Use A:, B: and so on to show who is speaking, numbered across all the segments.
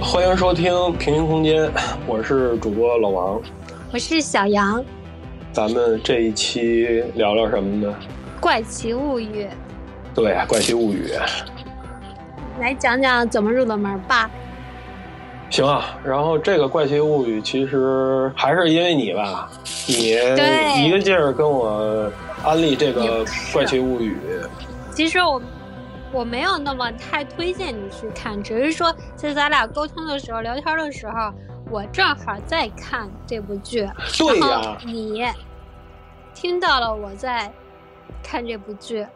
A: 欢迎收听平行空间，我是主播老王。
B: 我是小杨，
A: 咱们这一期聊聊什么呢？
B: 《怪奇物语
A: 对，《怪奇物语》。》
B: 来讲讲怎么入的门吧。
A: 行啊，然后这个《怪奇物语》其实还是因为你吧，你
B: 对
A: 一个劲儿跟我安利这个
B: 也不
A: 《
B: 是
A: 怪奇物语》，
B: 其实我我没有那么太推荐你去看，只是说在咱俩沟通的时候、聊天的时候，我正好在看这部剧，
A: 对呀、
B: 然 后你听到了我在看这部剧，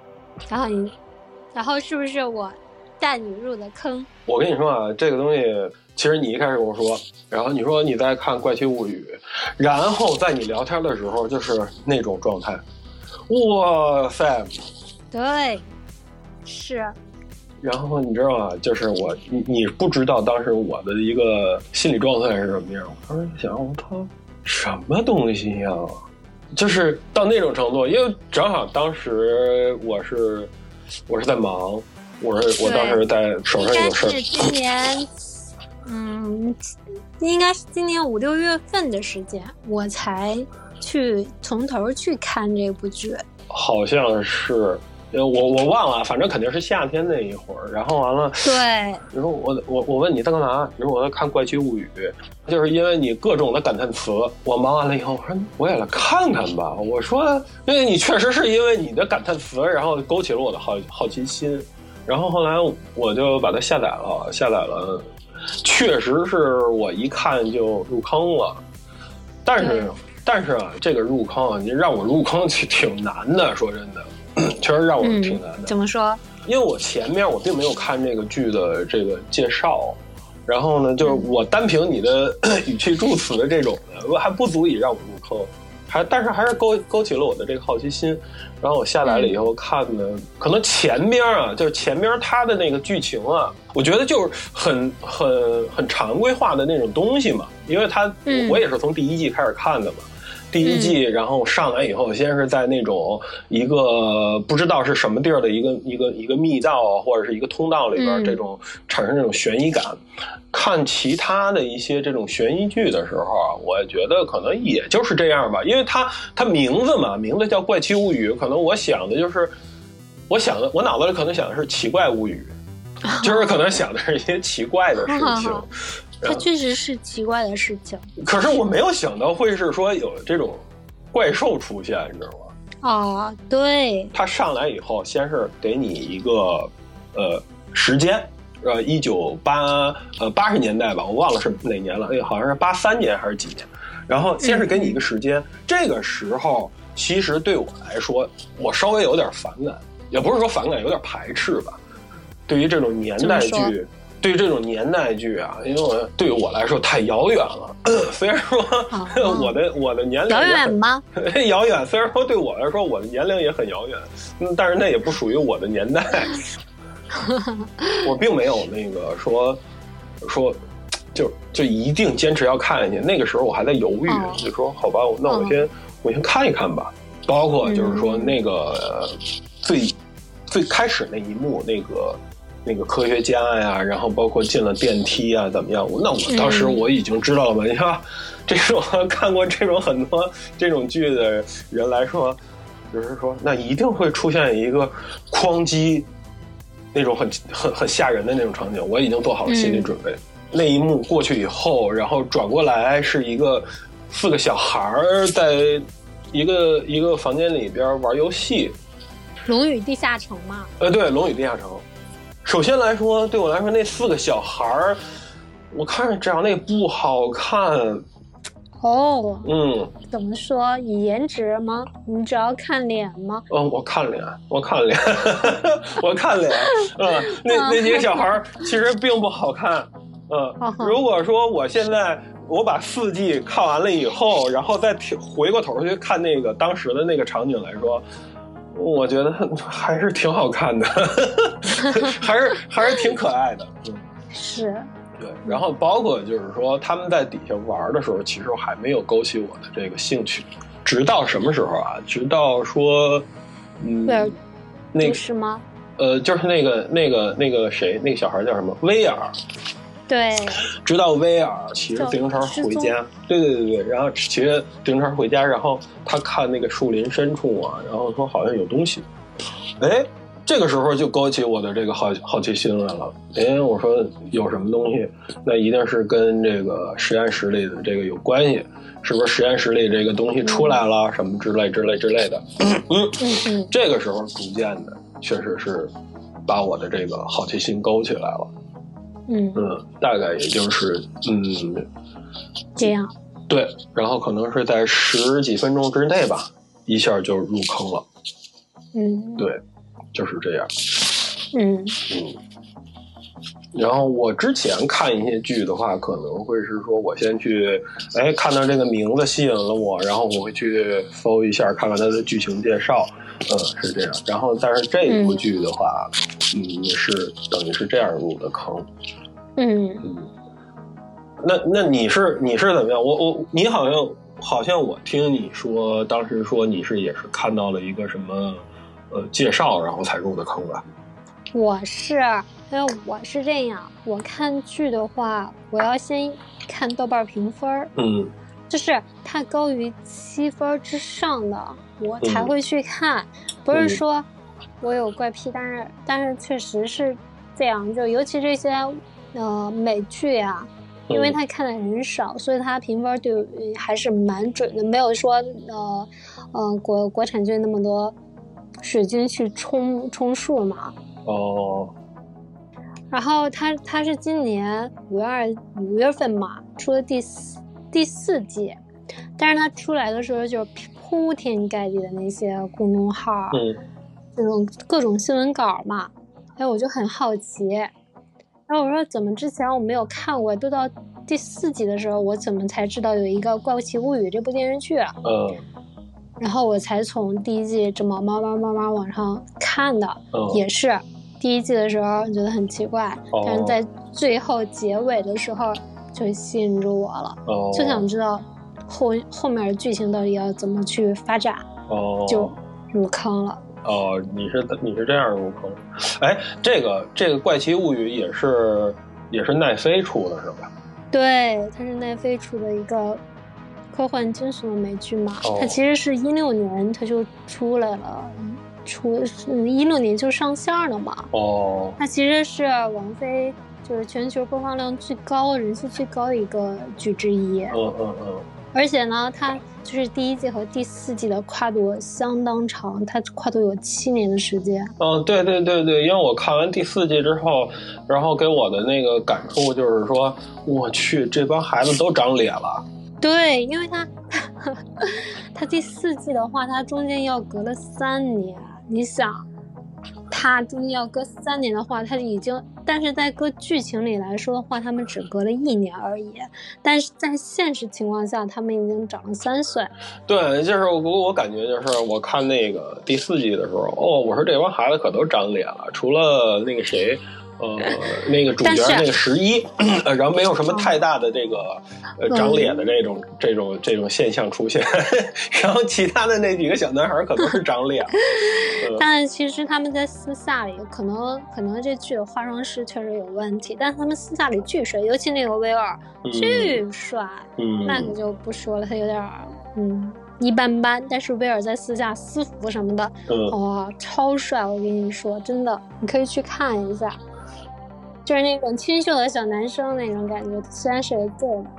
B: 然后你，然后是不是我带你入的坑？
A: 我跟你说啊，这个东西其实你一开始跟我说，然后你说你在看《怪奇物语》，然后在你聊天的时候就是那种状态，哇塞！
B: 对，是
A: 然后你知道吗？就是我，你你不知道当时我的一个心理状态是什么样。我当时想，我操，什么东西呀、就是到那种程度，因为正好当时我是我是在忙，我是我
B: 对
A: 当时在手
B: 应
A: 上
B: 该
A: 有事儿
B: 是，今年，嗯，应该是今年五六月份的时间，我才去从头去看这部剧。
A: 好像是。呃，我我忘了，反正肯定是夏天那一会儿。然后完了，
B: 对，
A: 你说我我我问你在干嘛？你说我在看《怪奇物语》，就是因为你各种的感叹词。我忙完了以后，我说我也来看看吧。我说，因为你确实是因为你的感叹词，然后勾起了我的好好奇心。然后后来我就把它下载了，下载了，确实是我一看就入坑了。但是
B: 对
A: 但是啊，这个入坑啊，你让我入坑 挺挺难的，说真的， 确实让我
B: 嗯
A: 挺难的。
B: 怎么说？
A: 因为我前面我并没有看这个剧的这个介绍，然后呢，就是我单凭你的 语气助词的这种的，还不足以让我入坑，还但是还是勾勾起了我的这个好奇心。然后我下载了以后看的，可能前边啊，就是前边它的那个剧情啊，我觉得就是很很很常规化的那种东西嘛，因为它、
B: 嗯
A: 我也是从第一季开始看的嘛。第一季，然后上来以后，先是在那种一个不知道是什么地儿的一个一个一个密道啊，或者是一个通道里边，
B: 嗯
A: 这种产生这种悬疑感。看其他的一些这种悬疑剧的时候啊，我觉得可能也就是这样吧，因为它它名字嘛，名字叫《怪奇物语》，可能我想的就是，我想的我脑子里可能想的是奇怪物语，就是可能想的是一些奇怪的事情。
B: 它确实是奇怪的事情
A: 可是我没有想到会是说有这种怪兽出现，你知道吗？
B: 哦，对，
A: 他上来以后，先是给你一个呃时间，呃，一九八呃八十年代吧，我忘了是哪年了，哎，好像是八三年还是几年。然后先是给你一个时
B: 嗯
A: 间，这个时候其实对我来说，我稍微有点反感，也不是说反感，有点排斥吧。对于这种年代
B: 怎么
A: 剧，对于这种年代剧啊，因为我对于我来说太遥远了。 虽然说、
B: 哦
A: 我的我的年龄
B: 遥
A: 也
B: 远
A: 很
B: 吗？
A: 遥远，虽然说对我来说我的年龄也很遥远，嗯，但是那也不属于我的年代。 我并没有那个说说，就就一定坚持要看下去。那个时候我还在犹豫，
B: 哦
A: 就说好吧，我那我
B: 嗯
A: 先、我先看一看吧。包括就是说
B: 嗯
A: 那个、呃最最开始那一幕，那个那个科学家呀，然后包括进了电梯啊，怎么样？那我当时
B: 嗯
A: 我已经知道了嘛，你看 这种看过这种很多这种剧的人来说，就是说那一定会出现一个哐叽那种很很很吓人的那种场景，我已经做好了心理准备。那一幕过去以后，然后转过来是一个四个小孩儿在一个一个房间里边玩游戏，
B: 《龙与地下城》嘛，
A: 呃，对，《龙与地下城》。首先来说，对我来说，那四个小孩儿，我看着长得也不好看，
B: 哦，
A: 嗯，
B: 怎么说？以颜值吗？你只要看脸吗？
A: 嗯，我看脸，我看脸， 我看脸，嗯，那那几个小孩儿其实并不好看，嗯，如果说我现在我把四季看完了以后，然后再挺回过头去看那个当时的那个场景来说，我觉得还是挺好看的， 还是还是挺可爱的，嗯。
B: 是，
A: 对，然后包括就是说他们在底下玩的时候，其实还没有勾起我的这个兴趣，直到什么时候啊？直到说，嗯，
B: 威尔
A: 那
B: 不
A: 个
B: 是吗？
A: 呃，就是那个那个那个谁，那个小孩叫什么？威尔，
B: 对，
A: 直到威尔骑着自行车回家，对对对对，然后骑着自行车回家，然后他看那个树林深处啊，然后说好像有东西，哎，这个时候就勾起我的这个好好奇心来了。哎，我说有什么东西，那一定是跟这个实验室里的这个有关系，是不是实验室里这个东西出来了、什么之类之类之类的？嗯，
B: 嗯嗯，
A: 这个时候逐渐的确实是把我的这个好奇心勾起来了。
B: 嗯，
A: 嗯，大概也就是嗯，
B: 这样，
A: 对，然后可能是在十几分钟之内吧，一下就入坑了，
B: 嗯
A: 对，就是这样，
B: 嗯
A: 嗯。然后我之前看一些剧的话，可能会是说我先去，哎，看到这个名字吸引了我，然后我会去搜一下，看看它的剧情介绍，嗯，是这样。然后但是这一部剧的话，嗯，也是等于是这样入的坑，
B: 嗯，
A: 嗯，那那你是你是怎么样？我我你好像好像我听你说，当时说你是也是看到了一个什么呃介绍，然后才入的坑吧？
B: 我是，因为我是这样，我看剧的话，我要先看豆瓣评分儿，
A: 嗯
B: 就是它高于七分儿之上的，我才
A: 嗯
B: 会去看，不是
A: 嗯
B: 说我有怪癖，但是但是确实是这样，就尤其这些呃美剧啊，因为
A: 嗯
B: 它看的人少，所以它评分就呃还是蛮准的，没有说呃呃国国产剧那么多水军去冲冲数嘛，
A: 哦
B: 然后它它是今年五月二五月份嘛出的第四第四季，但是它出来的时候就是铺天盖地的那些公众号儿，
A: 嗯
B: 那种各种新闻稿儿嘛，哎，我就很好奇，然后我说怎么之前我没有看过，都到第四季的时候我怎么才知道有一个《怪物奇物语》这部电视剧啊？
A: 嗯
B: 然后我才从第一季这么慢慢慢慢往上看的，
A: 嗯
B: 也是第一季的时候觉得很奇怪，
A: 哦
B: 但是在最后结尾的时候就吸引住我了，
A: 哦，
B: 就想知道后后面的剧情到底要怎么去发展，
A: 哦
B: 就入坑了。
A: 哦，你是你是这样入坑？哎，这个这个《怪奇物语》也是也是奈飞出的是吧？
B: 对，它是奈飞出的一个科幻惊悚的美剧嘛，
A: 哦
B: 它其实是一六年它就出来了，出一六年就上线了嘛。
A: 哦
B: 它其实是王菲就是全球播放量最高、人气最高的一个剧之一，
A: 嗯嗯嗯
B: 而且呢，它就是第一季和第四季的跨度相当长，它跨度有七年的时间。
A: 嗯，对对对对，因为我看完第四季之后，然后给我的那个感触就是说，我去，这帮孩子都长脸了。
B: 对，因为它 它第四季的话，它中间要隔了三年，你想。它中间要隔三年的话，它已经，但是在搁剧情里来说的话，他们只隔了一年而已。但是在现实情况下，他们已经长了三岁。
A: 对，就是我我感觉就是我看那个第四季的时候，哦，我说这帮孩子可都长脸了，除了那个谁。 呃，那个主角
B: 但是
A: 那个十一，呃然后没有什么太大的这个呃
B: 嗯
A: 长脸的这种这种这种现象出现， 然后其他的那几个小男孩可都是长脸了，
B: 但其实他们在私下里，可能可能这剧的化妆师确实有问题，但是他们私下里巨帅，尤其那个威尔
A: 嗯
B: 巨帅，那可
A: 嗯，
B: 就不说了，他有点儿嗯一般般。但是威尔在私下私服什么的，
A: 嗯
B: 哇、超帅！我跟你说，真的，你可以去看一下，就是那种清秀的小男生那种感觉，虽然是个 gay 吧，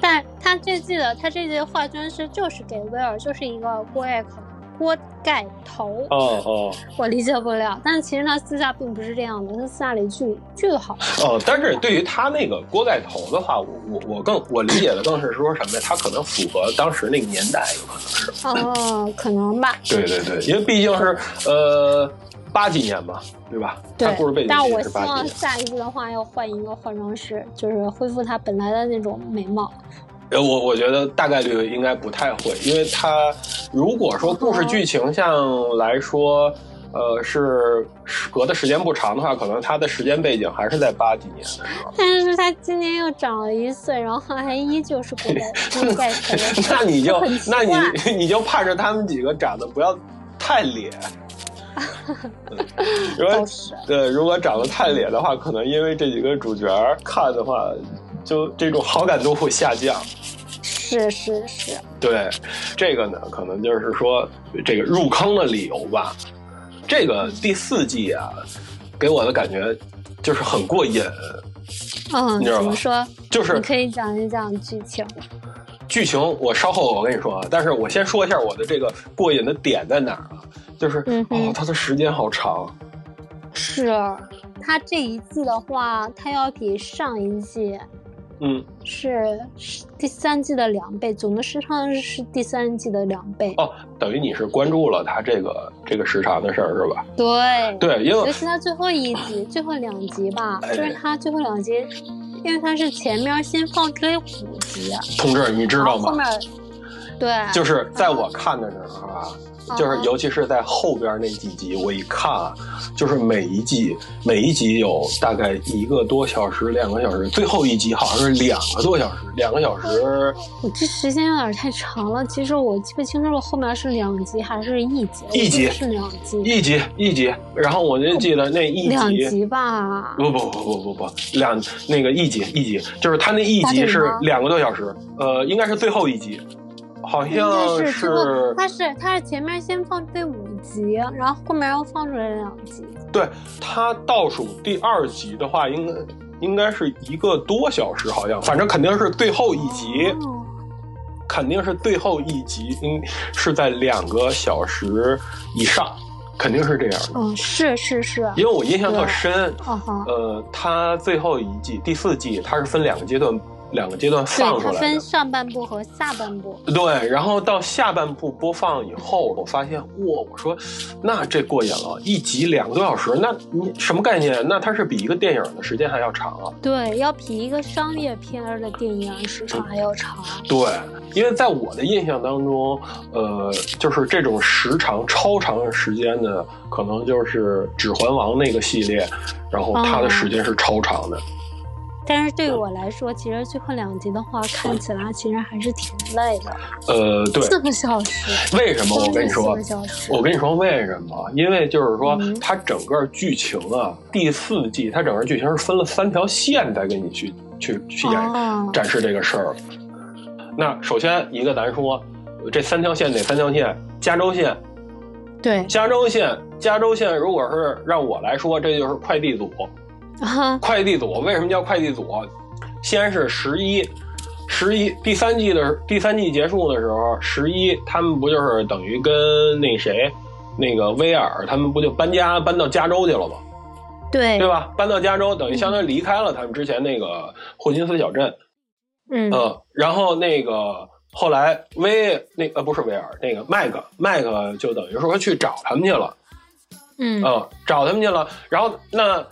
B: 但他这季的他这季的化妆师就是给威尔就是一个锅盖口锅盖头。
A: 哦哦
B: 我理解不了，但其实他私下并不是这样的，他私下里巨巨好。
A: 哦，但是对于他那个锅盖头的话，我我我更我理解的更是说什么呀？他可能符合当时那个年代，有可能是。
B: 哦，可能吧，
A: 对对对，因为毕竟是呃八几年嘛，对吧？
B: 对
A: 他故事背。景
B: 但我
A: 是
B: 希
A: 八几
B: 望
A: 年。
B: 下一步的话要换一个化妆师，就是恢复他本来的那种美貌。
A: 呃，我我觉得大概率应该不太会，因为他如果说故事剧情上来说，呃，是是隔的时间不长的话，可能他的时间背景还是在八几年的时候。
B: 但是他今年又长了一岁，然后还依旧是不 改不改头。
A: 那 你就
B: 很奇
A: 那
B: 怪
A: 你你就盼着他们几个长得不要太脸。如果
B: 都是
A: 对如果长得太咧的话，可能因为这几个主角看的话，就这种好感度会下降。
B: 是是是，
A: 对，这个呢，可能就是说这个入坑的理由吧。这个第四季啊，给我的感觉就是很过瘾，
B: 嗯，
A: 你知道
B: 怎
A: 吧
B: 么说？
A: 就是
B: 你可以讲一讲剧情。
A: 剧情我稍后我跟你说啊，但是我先说一下我的这个过瘾的点在哪儿啊，就是、
B: 嗯哼
A: 哦，它的时间好长，
B: 是，它这一季的话，它要比上一季
A: 嗯，
B: 是是第三季的两倍，总的时长是第三季的两倍。
A: 哦，等于你是关注了它这个这个时长的事儿是吧？
B: 对，
A: 对，因
B: 尤
A: 为
B: 其它最后一 集、最后两集吧，
A: 哎
B: 就是它最后两集，因为它是前面先放出来五集，
A: 同志你知
B: 然
A: 道
B: 后啊后
A: 吗？
B: 面嗯对，
A: 就是在我看的时候啊，就是尤其是在后边那几集，我一看啊，就是每一季每一集有大概一个多小时、两个小时，最后一集好像是两个多小时，两个小时
B: 我这时间有点太长了，其实我记不清楚后面是两集还是一集，
A: 一集
B: 我记得是两集，
A: 一集一集，然后我就记得那一
B: 两
A: 集。
B: 集吧，
A: 不不不不不不，两那个一集一集，就是他那一集是
B: 大嘴吗
A: 两个多小时，呃，应该是最后一集，好
B: 应该
A: 像
B: 是最后，它是它是前面先放出来五集，然后后面又放出来两集，
A: 对他倒数第二集的话，应该应该是一个多小时，好像，反正肯定是最后一集，
B: 哦
A: 肯定是最后一集，嗯，是在两个小时以上，肯定是这样的，
B: 哦，是是是，
A: 因为我印象特
B: 对
A: 深，
B: 哦好，
A: 呃，他最后一季第四季，它是分两个阶段，两个阶段放
B: 对，
A: 出
B: 它
A: 来的。
B: 分上半部和下半部，
A: 对，然后到下半部播放以后，我发现，哇，我说，那这过瘾了，一集两个多小时，那你什么概念？那它是比一个电影的时间还要长啊。
B: 对，要比一个商业片儿的电影时
A: 嗯
B: 长还要长，
A: 对，因为在我的印象当中，呃，就是这种时长超长的时间呢，可能就是《指环王》那个系列，然后它的时间是超长的。
B: 但是对我来说，其实最后两集的话，看起来其实还是挺累的，
A: 呃，对，
B: 四个小时。
A: 为什么？我跟你说，
B: 真是四个小时
A: 我跟你说为什么？因为就是说
B: 嗯，
A: 它整个剧情啊，第四季它整个剧情是分了三条线再给你去去去演、
B: 哦
A: 展示这个事儿。那首先一个咱说，这三条线哪三条线？加州线，
B: 对，
A: 加州线，加州线，如果是让我来说，这就是快递组。
B: 啊，
A: 快递组为什么叫快递组？先是十一，十一第三季的第三季结束的时候，十一他们不就是等于跟那谁，那个威尔他们不就搬家搬到加州去了吗？
B: 对
A: 对，吧？搬到加州等于相当于离开了他们之前那个霍金斯小镇，
B: 嗯，
A: 嗯，然后那个后来威那呃不是威尔，那个麦克麦克就等于说去找他们去了。
B: 嗯，
A: 嗯，找他们去了。然后那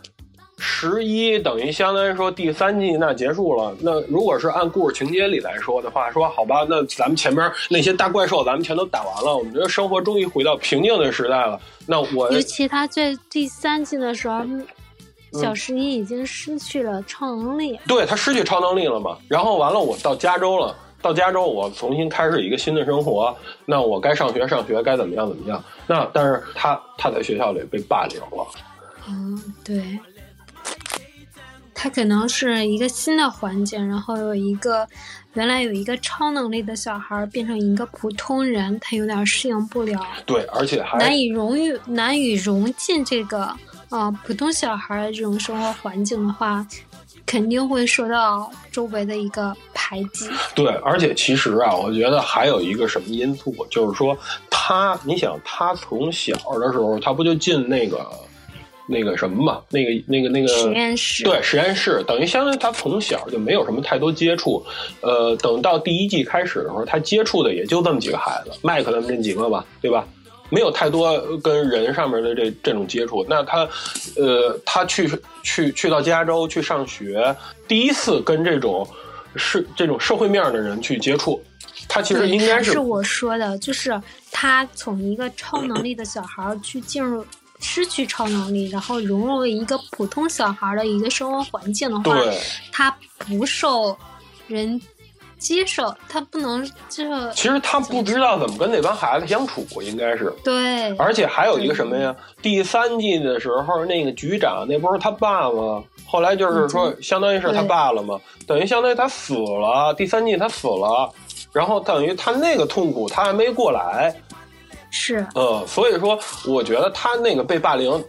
A: 十一等于相当于说第三季那结束了。那如果是按故事情节里来说的话，说好吧，那咱们前面那些大怪兽咱们全都打完了，我们这生活终于回到平静的时代了。那我
B: 尤其他在第三季的时候，
A: 嗯
B: 小十一已经失去了超能力，
A: 对他失去超能力了嘛？然后完了，我到加州了。到加州，我重新开始一个新的生活。那我该上学上学，该怎么样怎么样？那但是他他在学校里被霸凌了，
B: 嗯，对，他可能是一个新的环境，然后有一个原来有一个超能力的小孩儿变成一个普通人，他有点适应不了，
A: 对，而且还
B: 难以融入，难以融进这个啊、呃普通小孩儿这种生活环境的话，肯定会受到周围的一个排挤。
A: 对，而且其实啊，我觉得还有一个什么因素，就是说他，你想他从小的时候，他不就进那个那个什么嘛，那个那个那个
B: 实验室
A: 对实验室，等于相当于他从小就没有什么太多接触。呃，等到第一季开始的时候，他接触的也就这么几个孩子，麦克他们这几个吧，对吧？没有太多跟人上面的这这种接触。那他，呃，他去去去到加州去上学，第一次跟这种是这种社会面的人去接触，他其实应该
B: 还
A: 是
B: 是我说的，就是他从一个超能力的小孩儿去进入失去超能力，然后融入一个普通小孩儿的一个生活环境的话，
A: 对
B: 他不受人接受，他不能接受。
A: 其实他不知道怎么跟那帮孩子相处，应该是。
B: 对，
A: 而且还有一个什么呀？第三季的时候，那个局长那不是他爸吗？后来就是说，相当于是他爸了嘛，等于相当于他死了。第三季他死了，然后等于他那个痛苦他还没过来，
B: 是
A: 嗯，所以说我觉得他那个被霸凌，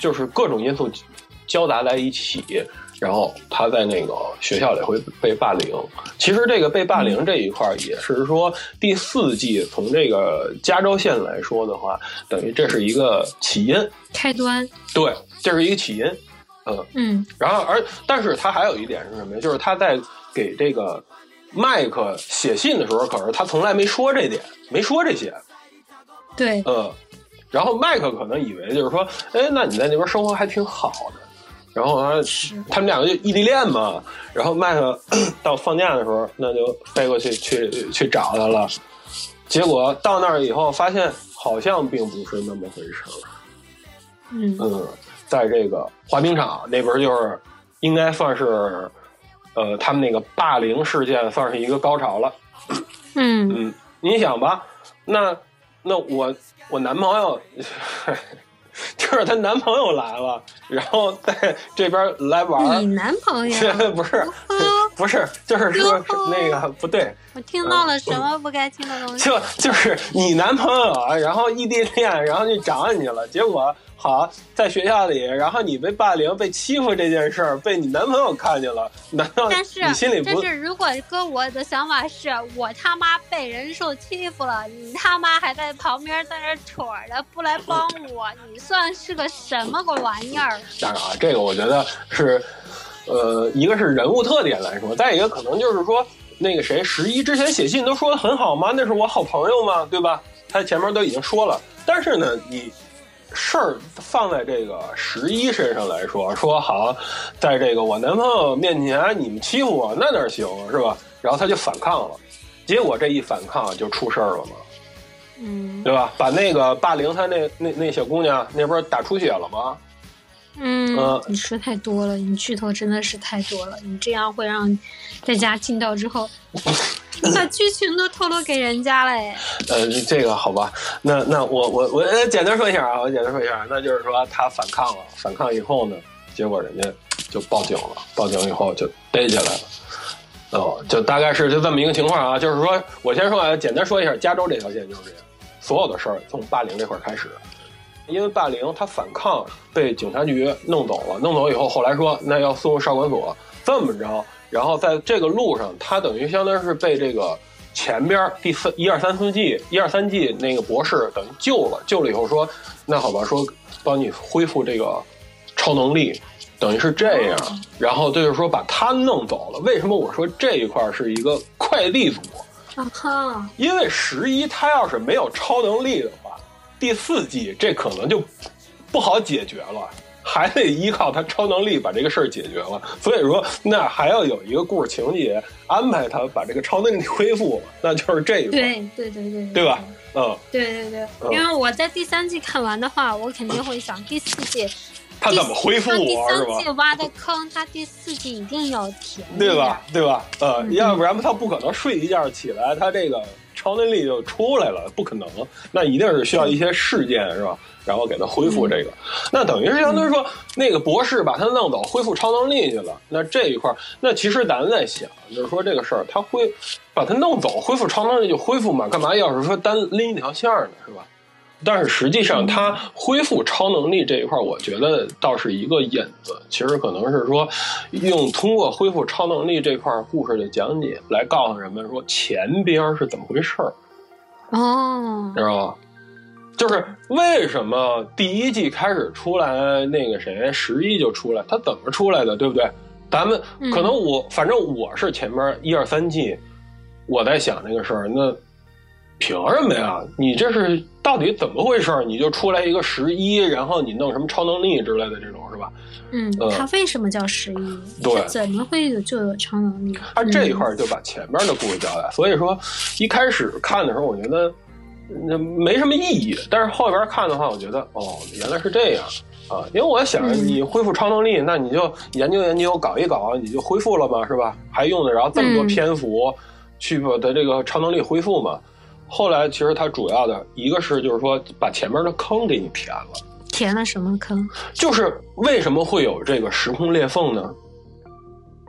A: 就是各种因素交杂在一起，然后他在那个学校里会被霸凌。其实这个被霸凌这一块儿，也是说第四季从这个加州县来说的话，等于这是一个起因，
B: 开端。
A: 对，这是一个起因。嗯，
B: 嗯，
A: 然后而但是他还有一点是什么呀？就是他在给这个麦克写信的时候，可是他从来没说这点，没说这些。
B: 对，
A: 嗯，然后麦克可能以为就是说，哎，那你在那边生活还挺好的。然后他
B: 是
A: 他们两个就异地恋嘛。然后麦克 到放假的时候，那就飞过去去去找他了。结果到那儿以后，发现好像并不是那么回事儿。
B: 嗯，
A: 嗯，在这个滑冰场那边，就是应该算是呃他们那个霸凌事件算是一个高潮了。
B: 嗯，
A: 嗯，你想吧，那那我我男朋友 就是她男朋友来了，然后在这边来玩
B: 你
A: 儿，
B: 男朋友，
A: 不呃是
B: 哦
A: 不是，就是说
B: 哟
A: 是那个不对，
B: 我听到了什么不该听的东西？
A: 就就是你男朋友啊，然后异地恋，然后去找你了，结果好在学校里，然后你被霸凌、被欺负这件事儿被你男朋友看见了，难道
B: 但是
A: 你心里，
B: 但
A: 不
B: 是如果哥我的想法是我他妈被人受欺负了，你他妈还在旁边在那扯着不来帮我，你算是个什么个玩意儿？
A: 当然啊，这个我觉得是，呃，一个是人物特点来说，再一个可能就是说，那个谁，十一之前写信都说的很好嘛，那是我好朋友嘛，对吧？他前面都已经说了，但是呢，你事儿放在这个十一身上来说，说好，在这个我男朋友面前啊你们欺负我，那哪行啊是吧？然后他就反抗了，结果这一反抗就出事儿了嘛，
B: 嗯
A: 对吧？把那个霸凌他那那那小姑娘那边打出血了吗？
B: 嗯
A: 呃，
B: 你说太多了，你剧透真的是太多了，你这样会让大家听到 之后，你把剧情都透露给人家了哎。
A: 呃，这个好吧，那那我我我呃，简单说一下啊，我简单说一下，那就是说他反抗了，反抗以后呢，结果人家就报警了，报警以后就逮起来了。哦，就大概是就这么一个情况啊，就是说我先说啊，简单说一下加州这条线就是这样，所有的事儿从霸凌这块儿开始，因为霸凌他反抗被警察局弄走了，弄走以后后来说那要送少管所，这么着，然后在这个路上他等于相当于是被这个前边儿第四一二三四季一二三季那个博士等于救了，救了以后说那好吧，说帮你恢复这个超能力，等于是这样，然后就是说把他弄走了。为什么我说这一块儿是一个快递组？
B: 啊哈，
A: 因为十一他要是没有超能力的话，第四季这可能就不好解决了，还得依靠他超能力把这个事儿解决了。所以说，那还要有一个故事情节安排他把这个超能力恢复了，那就是这一块，
B: 对对对对，
A: 对吧？？嗯，
B: 对对
A: 嗯
B: 对，因为我在第三季看完的话，我肯定会想第四季，
A: 他怎么恢复
B: 他第
A: 我是
B: 三
A: 吧？
B: 季挖的坑，他第四季一定要填，
A: 对吧？？对吧？呃，
B: 嗯
A: 要不然他不可能睡一觉起来，他这个超能力就出来了，不可能。那一定是需要一些事件，是吧？然后给他恢复这个，
B: 嗯
A: 那等于是相当于说，那个博士把他弄走，恢复超能力去了。那这一块儿，那其实咱在想，就是说这个事儿，他恢把他弄走，恢复超能力就恢复嘛，干嘛要是说单拎一条线儿呢，是吧？但是实际上，他恢复超能力这一块儿，我觉得倒是一个引子。其实可能是说，用通过恢复超能力这块儿故事的讲解来告诉人们说前边儿是怎么回事儿，
B: 哦
A: 知，道吧？就是为什么第一季开始出来那个谁十一就出来，他怎么出来的，对不对？咱们
B: 嗯
A: 可能我、反正我是前面一二三季我在想这个事儿，那凭什么呀？你这是到底怎么回事儿？你就出来一个十一，然后你弄什么超能力之类的这种是吧？
B: 嗯
A: 呃，
B: 他为什么叫十一？
A: 对
B: 他怎么会有就有超能力？
A: 他这一
B: 嗯
A: 块儿就把前面的故事交代。所以说，一开始看的时候，我觉得那没什么意义，但是后边看的话，我觉得哦，原来是这样。啊，因为我想
B: 嗯
A: 着你恢复超能力，那你就研究研究，搞一搞，你就恢复了嘛，是吧？还用得着这么多
B: 嗯
A: 篇幅去把它这个超能力恢复嘛？后来其实它主要的一个是就是说把前面的坑给你填了，
B: 嗯填了什么坑？
A: 就是为什么会有这个时空裂缝呢？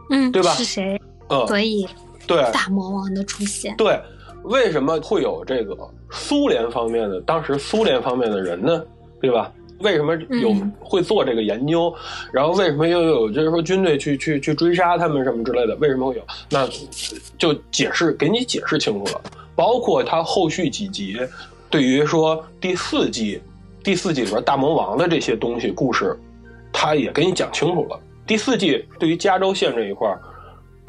B: 嗯，
A: 对吧
B: 是谁？
A: 嗯，
B: 所以
A: 对
B: 大魔王的出现，
A: 对，为什么会有这个苏联方面的当时苏联方面的人呢？对吧？为什么有
B: 嗯
A: 会做这个研究？然后为什么又有就是说军队去去去追杀他们什么之类的？为什么会有？那就解释给你解释清楚了。包括他后续几集，对于说第四季第四季里边大魔王的这些东西故事，他也给你讲清楚了。第四季对于加州县这一块儿，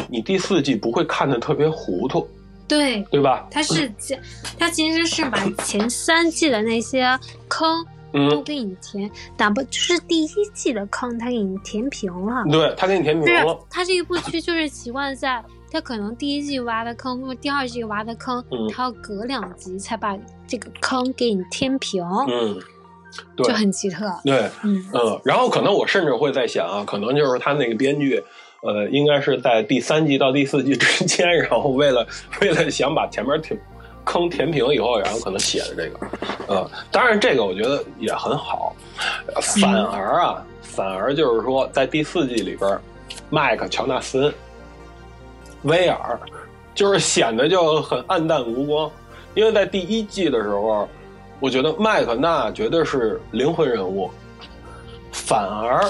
A: 你第四季不会看的特别糊涂，
B: 对，
A: 对吧？
B: 他是这，他其实是把前三季的那些坑都
A: 嗯，
B: 给你填，哪怕就是第一季的坑，他给你填平了。
A: 对他给你填
B: 就
A: 平
B: 是
A: 了，
B: 他这一部剧就是习惯在，他可能第一季挖的坑或者第二季挖的坑，
A: 嗯
B: 他要隔两集才把这个坑给你填平，
A: 嗯，
B: 就
A: 对
B: 很奇特。
A: 对，
B: 嗯
A: 嗯，然后可能我甚至会在想啊，可能就是他那个编剧，呃，应该是在第三季到第四季之间，然后为了 为了想把前面填坑填平以后，然后可能写的这个，嗯，当然这个我觉得也很好，呃反而啊，反而就是说在第四季里边儿，麦克乔纳森、威尔，就是显得就很暗淡无光，因为在第一季的时候，我觉得麦克那绝对是灵魂人物，反而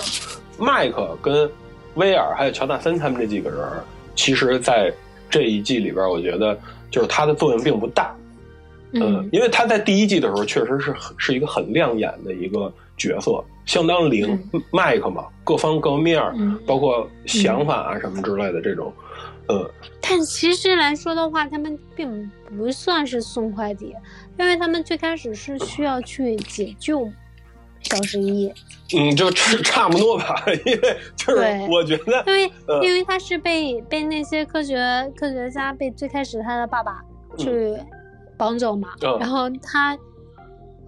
A: 麦克跟威尔还有乔纳森他们这几个人儿，其实，在这一季里边儿，我觉得就是他的作用并不大。嗯
B: 嗯，
A: 因为他在第一季的时候确实是很是一个很亮眼的一个角色，相当灵麦克嘛，各方各面儿，
B: 嗯
A: 包括想法啊什么之类的这种，嗯，
B: 但其实来说的话，他们并不算是送快递，因为他们最开始是需要去解救小十一，
A: 嗯，就差差不多吧， 因为就是
B: 对
A: 我觉得
B: 因为、
A: 呃
B: 因为他是被被那些科学科学家被最开始他的爸爸去绑走嘛，
A: 嗯
B: 然后他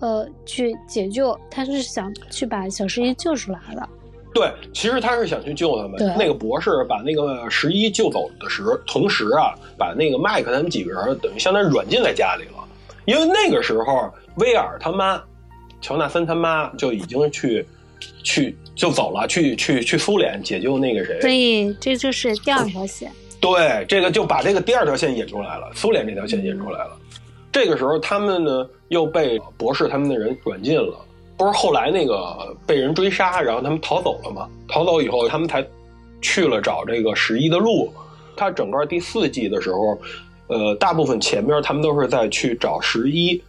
B: 呃去解救，他是想去把小十一救出来的，
A: 对，其实他是想去救他们
B: 对。
A: 那个博士把那个十一救走的时，同时啊，把那个麦克他们几个人等于相当于软禁在家里了。因为那个时候，威尔他妈，乔纳森他妈就已经去，去就走了，去去去苏联解救那个谁。
B: 所以这就是第二条线。
A: 对，这个就把这个第二条线引出来了，苏联这条线引出来了。这个时候，他们呢又被博士他们的人软禁了。不是后来那个被人追杀，然后他们逃走了吗？逃走以后，他们才去了找这个十一的路。他整个第四季的时候，呃，大部分前面他们都是在去找十一，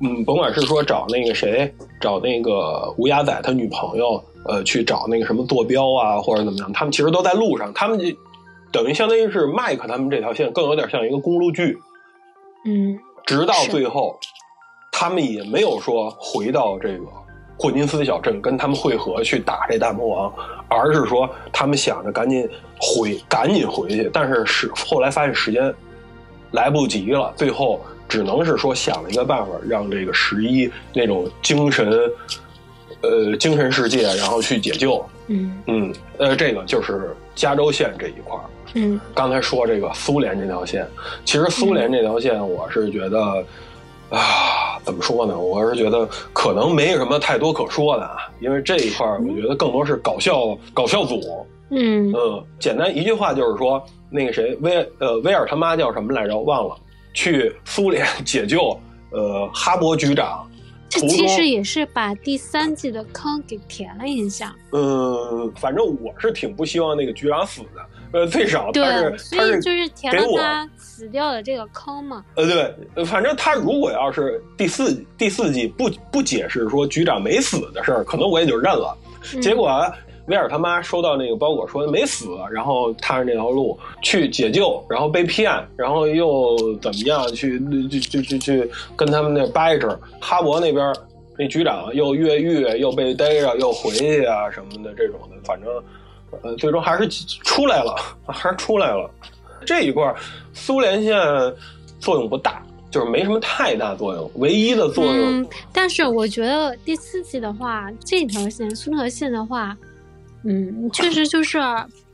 A: 嗯，甭管是说找那个谁，找那个吴雅仔他女朋友，呃，去找那个什么坐标啊，或者怎么样，他们其实都在路上，他们就等于相当于是麦克他们这条线更有点像一个公路剧，
B: 嗯，
A: 直到
B: 是
A: 最后，他们也没有说回到这个霍金斯小镇跟他们会合去打这大魔王，而是说他们想着赶紧回，赶紧回去，但是是后来发现时间来不及了，最后只能是说想了一个办法，让这个十一那种精神，呃，精神世界，然后去解救。
B: 嗯
A: 嗯，呃，这个就是加州县这一块儿。
B: 嗯
A: 刚才说这个苏联这条线，其实苏联这条
B: 嗯
A: 线，我是觉得、啊，怎么说呢？我是觉得可能没什么太多可说的啊，因为这一块儿，我觉得更多是搞笑搞笑组。
B: 嗯
A: 嗯，简单一句话就是说，那个谁威呃威尔他妈叫什么来着？忘了，去苏联解救呃哈勃局长。
B: 这
A: 途
B: 其
A: 中
B: 实也是把第三季的坑给填了一下。
A: 嗯，反正我是挺不希望那个局长死的。呃，最少他是
B: 对，啊所
A: 他
B: 以
A: 是
B: 就是填
A: 给
B: 了
A: 我
B: 他死掉的这个坑嘛。
A: 呃，对，呃反正他如果要是第四第四季不不解释说局长没死的事儿，可能我也就认了。
B: 嗯
A: 结果啊威尔他妈收到那个包裹说没死，然后踏上这条路去解救，然后被骗，然后又怎么样去去去去去跟他们那掰扯。哈勃那边那局长又越狱，又被逮着，又回去啊什么的这种的，反正呃最终还是出 来了，还是出来了。这一块儿苏联线作用不大，就是没什么太大作用，唯一的作用，
B: 嗯，但是我觉得第四季的话，这条线苏和线的话，嗯，确实就是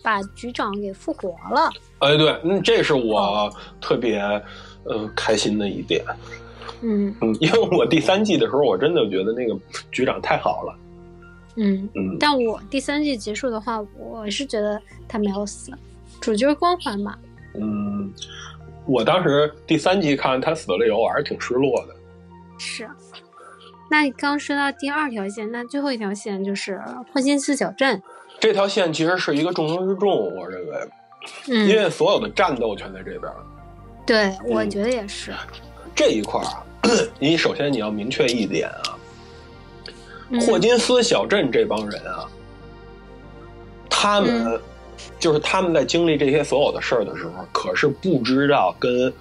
B: 把局长给复活了。
A: 哎，对，嗯，这是
B: 哦
A: 我特别呃开心的一点，
B: 嗯
A: 嗯，因为我第三季的时候，我真的觉得那个局长太好了，
B: 嗯，
A: 嗯，
B: 但我第三季结束的话，我是觉得他没有死，主角光环嘛。
A: 嗯，我当时第三季看他死了以后，我还是挺失落的。
B: 是。那你刚说到第二条线，那最后一条线就是霍金斯小镇。
A: 这条线其实是一个重中之重，我认为，因
B: 嗯，
A: 为所有的战斗全在这边儿。
B: 对，我觉得也是。
A: 这一块儿啊， 你首先你要明确一点啊，
B: 嗯
A: 霍金斯小镇这帮人啊，他们、
B: 嗯
A: 就是他们在经历这些所有的事儿的时候，可是不知道跟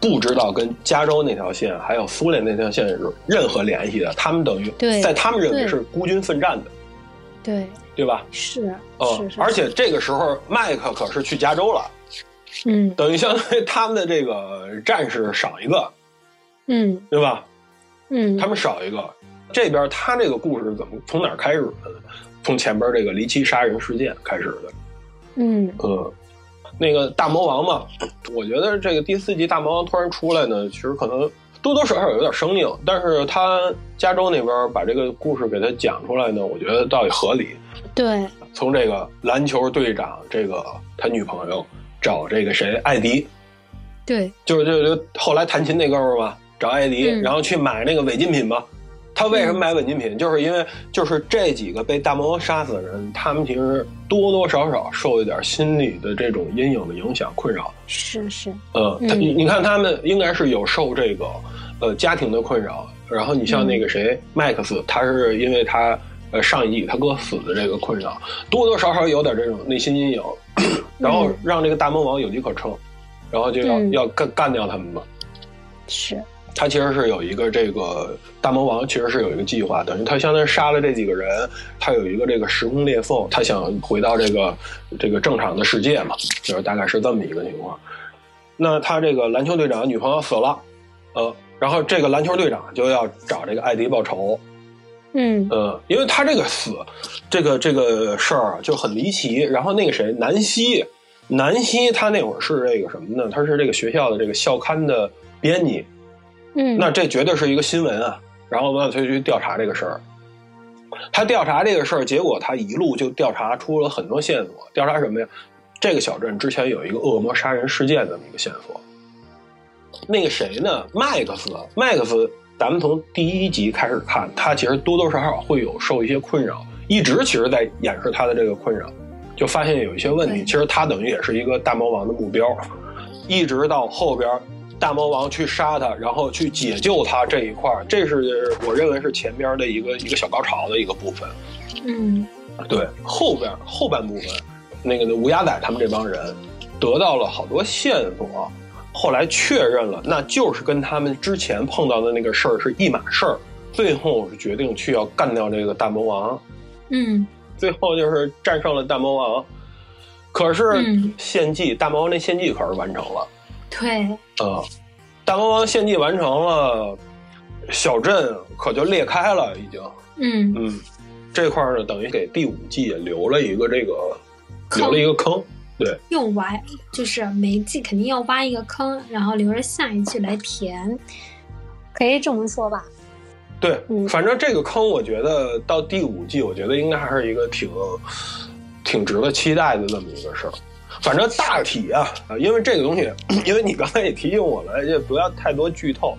A: 不知道跟加州那条线还有苏联那条线是任何联系的。他们等于
B: 对
A: 在他们认为
B: 对
A: 是孤军奋战的，
B: 对，
A: 对吧？
B: 是
A: 嗯
B: 是，是，
A: 而且这个时候麦克可是去加州了，
B: 嗯
A: 等于相当于他们的这个战士少一个，
B: 嗯
A: 对吧？
B: 嗯，
A: 他们少一个。这边他这个故事怎么从哪儿开始的呢？从前边这个离奇杀人事件开始的。
B: 嗯
A: 嗯，那个大魔王嘛，我觉得这个第四集大魔王突然出来呢，其实可能多多少少有点生硬，但是他加州那边把这个故事给他讲出来呢，我觉得倒也合理。
B: 对，
A: 从这个篮球队长，这个他女朋友找这个谁艾迪，
B: 对，
A: 就是就是就后来弹琴那哥们儿嘛，找艾迪，
B: 嗯
A: 然后去买那个违禁品嘛。他为什么
B: 嗯
A: 买违禁品？就是因为就是这几个被大魔王杀死的人，他们其实多多少少受一点心理的这种阴影的影响困扰。
B: 是是，
A: 呃，他
B: 嗯
A: 你你看他们应该是有受这个呃家庭的困扰，然后你像
B: 嗯
A: 那个谁、麦克斯，他是因为他呃上一季他哥死的这个困扰，多多少少有点这种内心阴影， 然后让这个大魔王有机可乘，然后就要、
B: 嗯
A: 要干干掉他们嘛。
B: 是，
A: 他其实是有一个这个大魔王，其实是有一个计划，等于他相当于杀了这几个人，他有一个这个时空裂缝，他想回到这个这个正常的世界嘛，就是大概是这么一个情况。那他这个篮球队长女朋友死了，呃，然后这个篮球队长就要找这个艾迪报仇，
B: 嗯
A: 呃，因为他这个死，这个这个事儿啊就很离奇。然后那个谁，南希，南希他那会儿是这个什么呢？他是这个学校的这个校刊的编辑，
B: 嗯，
A: 那这绝对是一个新闻啊！然后呢，他就去调查这个事儿。他调查这个事儿，结果他一路就调查出了很多线索。调查什么呀？这个小镇之前有一个恶魔杀人事件的一个线索。那个谁呢？麦克斯，麦克斯，咱们从第一集开始看，他其实多多少少会有受一些困扰，一直其实在掩饰他的这个困扰，就发现有一些问题。
B: 对
A: 其实他等于也是一个大魔王的目标，一直到后边大魔王去杀他，然后去解救他这一块儿，这是我认为是前边的一个一个小高潮的一个部分。
B: 嗯
A: 对，后边后半部分，那个吴亚仔他们这帮人得到了好多线索，后来确认了，那就是跟他们之前碰到的那个事儿是一码事儿。最后是决定去要干掉这个大魔王，
B: 嗯
A: 最后就是战胜了大魔王。可是
B: 嗯
A: 献祭、大魔王那献祭可是完成了。
B: 对，
A: 啊，大魔王献祭完成了，小镇可就裂开了，已经。
B: 嗯
A: 嗯，这块儿呢，等于给第五季也留了一个这个，
B: 坑
A: 留了一个坑。对，
B: 又挖就是每一季肯定要挖一个坑，然后留着下一季来填，可以这么说吧？
A: 对，
B: 嗯
A: 反正这个坑，我觉得到第五季，我觉得应该还是一个挺挺值得期待的这么一个事儿。反正大体啊，啊因为这个东西， 因为你刚才也提醒我了，也不要太多剧透。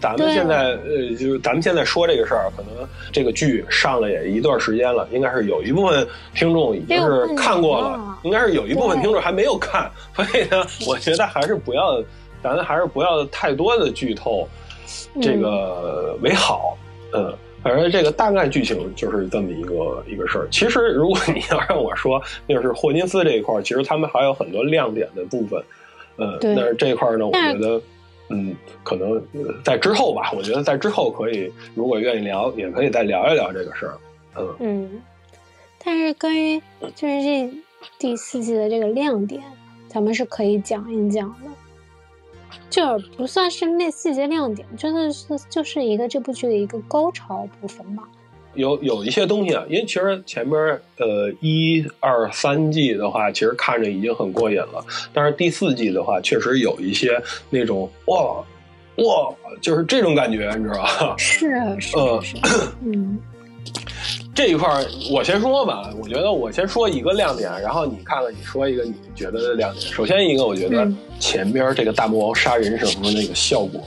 A: 咱们
B: 对
A: 现在呃，就是咱们现在说这个事儿，可能这个剧上了也一段时间了，应该是有一部分听众已经是看过
B: 没有看
A: 了
B: 呢，
A: 应该是有一部分
B: 对
A: 听众还没有看，所以呢，我觉得还是不要，咱还是不要太多的剧透，这个为好。嗯，反正这个大概剧情就是这么一个一个事儿。其实如果你要让我说，就是霍金斯这一块儿，其实他们还有很多亮点的部分。嗯，
B: 对
A: 但是这一块儿呢，我
B: 但
A: 觉得，嗯，可能呃在之后吧，我觉得在之后可以，如果愿意聊，也可以再聊一聊这个事儿。嗯，
B: 嗯，但是关于就是这第四季的这个亮点，咱们是可以讲一讲的。就是不算是那细节亮点，真的是就是一个这部剧的一个高潮部分吧。
A: 有有一些东西啊，因为其实前面呃一二三季的话，其实看着已经很过瘾了，但是第四季的话，确实有一些那种哇哇，就是这种感觉，你知道吧？
B: 是是是，嗯，
A: 这一块儿我先说吧，我觉得我先说一个亮点，然后你看看你说一个你觉得的亮点。首先一个，我觉得
B: 嗯
A: 前边这个大魔王杀人时候那个效果，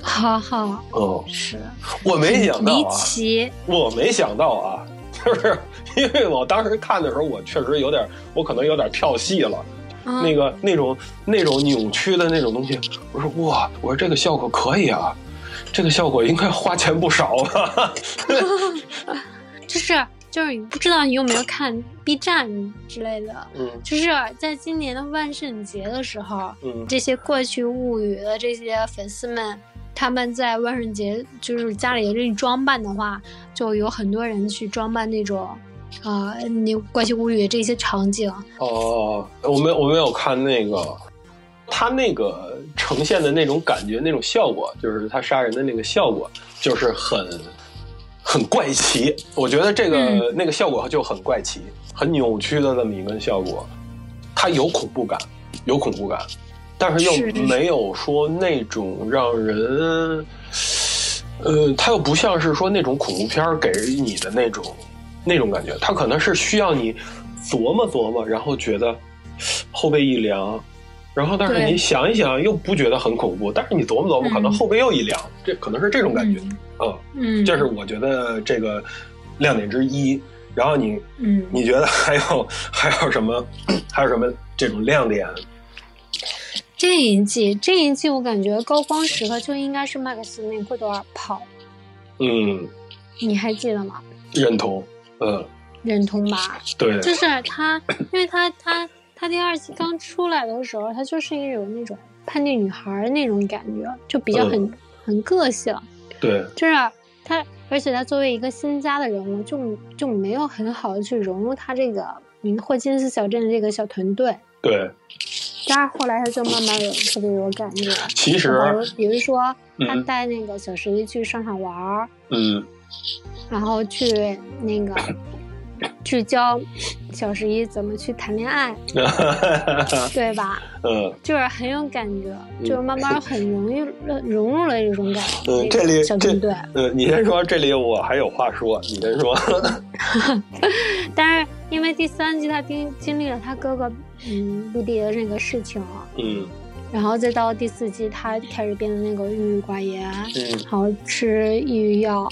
B: 好好
A: 嗯，
B: 是
A: 我没想到
B: 离
A: 啊，
B: 奇，
A: 我没想到啊， 就是因为我当时看的时候，我确实有点，我可能有点跳戏了。
B: 嗯、
A: 那个那种那种扭曲的那种东西，我说哇，我说这个效果可以啊，这个效果应该花钱不少啊吧？
B: 就是就是不知道你有没有看 B 站之类的，
A: 嗯
B: 就是在今年的万圣节的时候，
A: 嗯
B: 这些《过去物语》的这些粉丝们，他们在万圣节就是家里这装扮的话，就有很多人去装扮那种，啊、你《过去物语》这些场景，
A: 哦，我没我没有看那个，他那个呈现的那种感觉，那种效果，就是他杀人的那个效果，就是很很怪奇。我觉得这个、
B: 嗯
A: 那个效果就很怪奇，很扭曲的那么一个效果，它有恐怖感，有恐怖感，但是
B: 是是
A: 又
B: 是
A: 没有说那种让人。呃，它又不像是说那种恐怖片儿给你的那种那种感觉，它可能是需要你琢磨琢磨，然后觉得后背一凉，然后但是
B: 对
A: 你想一想又不觉得很恐怖，但是你琢磨琢磨，
B: 嗯
A: 可能后背又一凉，这可能是这种感觉啊、
B: 嗯，
A: 这是我觉得这个亮点之一。然后你
B: 嗯，
A: 你觉得还有还有什么还有什么这种亮点？
B: 这一季这一季我感觉高光时刻就应该是麦克斯那库多尔跑，
A: 嗯，
B: 你还记得吗？
A: 认同，嗯，
B: 忍痛吧，
A: 对，
B: 就是他，因为他他他第二季刚出来的时候，他就是有那种叛逆女孩儿那种感觉，就比较
A: 嗯
B: 很、很个性，
A: 对，
B: 就是他，而且他作为一个新加的人物，就就没有很好的去融入他这个嗯霍金斯小镇的这个小团队。
A: 对，
B: 但是后来他就慢慢有特别有感觉，
A: 其实，
B: 然后比如说他
A: 嗯
B: 带那个小十一去商场玩儿，
A: 嗯，
B: 然后去那个去教小十一怎么去谈恋爱，
A: 啊
B: 对吧？
A: 嗯。
B: 就是很有感觉，就是慢慢很容易融入了这种感觉。
A: 嗯
B: 那个
A: 这里
B: 小
A: 这
B: 军队，
A: 呃，你先说，这里我还有话说，你先说。
B: 但是因为第三季他经经历了他哥哥嗯陆地的那个事情，啊
A: 嗯
B: 然后再到第四季他开始变得那个郁郁寡言，
A: 嗯
B: 然后吃抑郁药，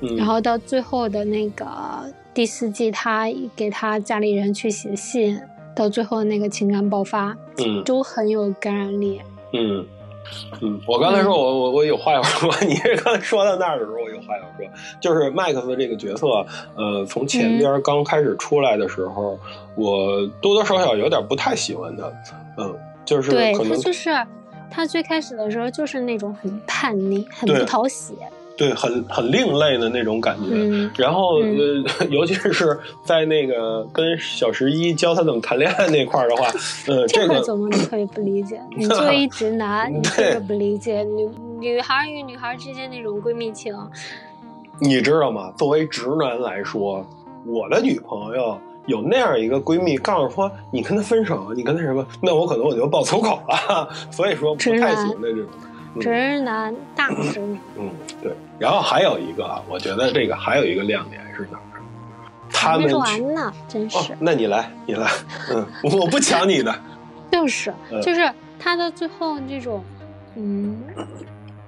A: 嗯，
B: 然后到最后的那个第四季他给他家里人去写信，到最后那个情感爆发
A: 嗯
B: 都很有感染力。
A: 嗯嗯，我刚才说我我我有话要说，你是刚才说到那儿的时候，我有话要说，就是麦克斯这个角色，呃，从前
B: 嗯
A: 边刚开始出来的时候，我多多少少有点不太喜欢他，嗯，就是
B: 对
A: 可
B: 他
A: 能
B: 就是他最开始的时候就是那种很叛逆、很
A: 对
B: 不讨喜，
A: 对很很另类的那种感觉，
B: 嗯，
A: 然后、
B: 嗯
A: 呃， 尤其是在那个跟小十一教他怎么谈恋爱那块儿的话，呃，这
B: 这
A: 个
B: 个怎么特别不 理解？你作为一直男，你
A: 对
B: 这个不理解女女孩儿与女孩儿之间那种闺蜜情，
A: 你知道吗？作为直男来说，我的女朋友有那样一个闺蜜，告诉说你跟她分手，你跟她什么，那我可能我就爆粗口了。 所以说不太行的这种。嗯
B: 直男 大直男，
A: 嗯，对。然后还有一个啊，我觉得这个还有一个亮点是哪儿？他
B: 还
A: 们
B: 没
A: 去
B: 说完呢，真
A: 哦
B: 是，，
A: 那你来，你来，嗯，我不抢你的，
B: 就是
A: 嗯
B: 就是他到最后这种，嗯，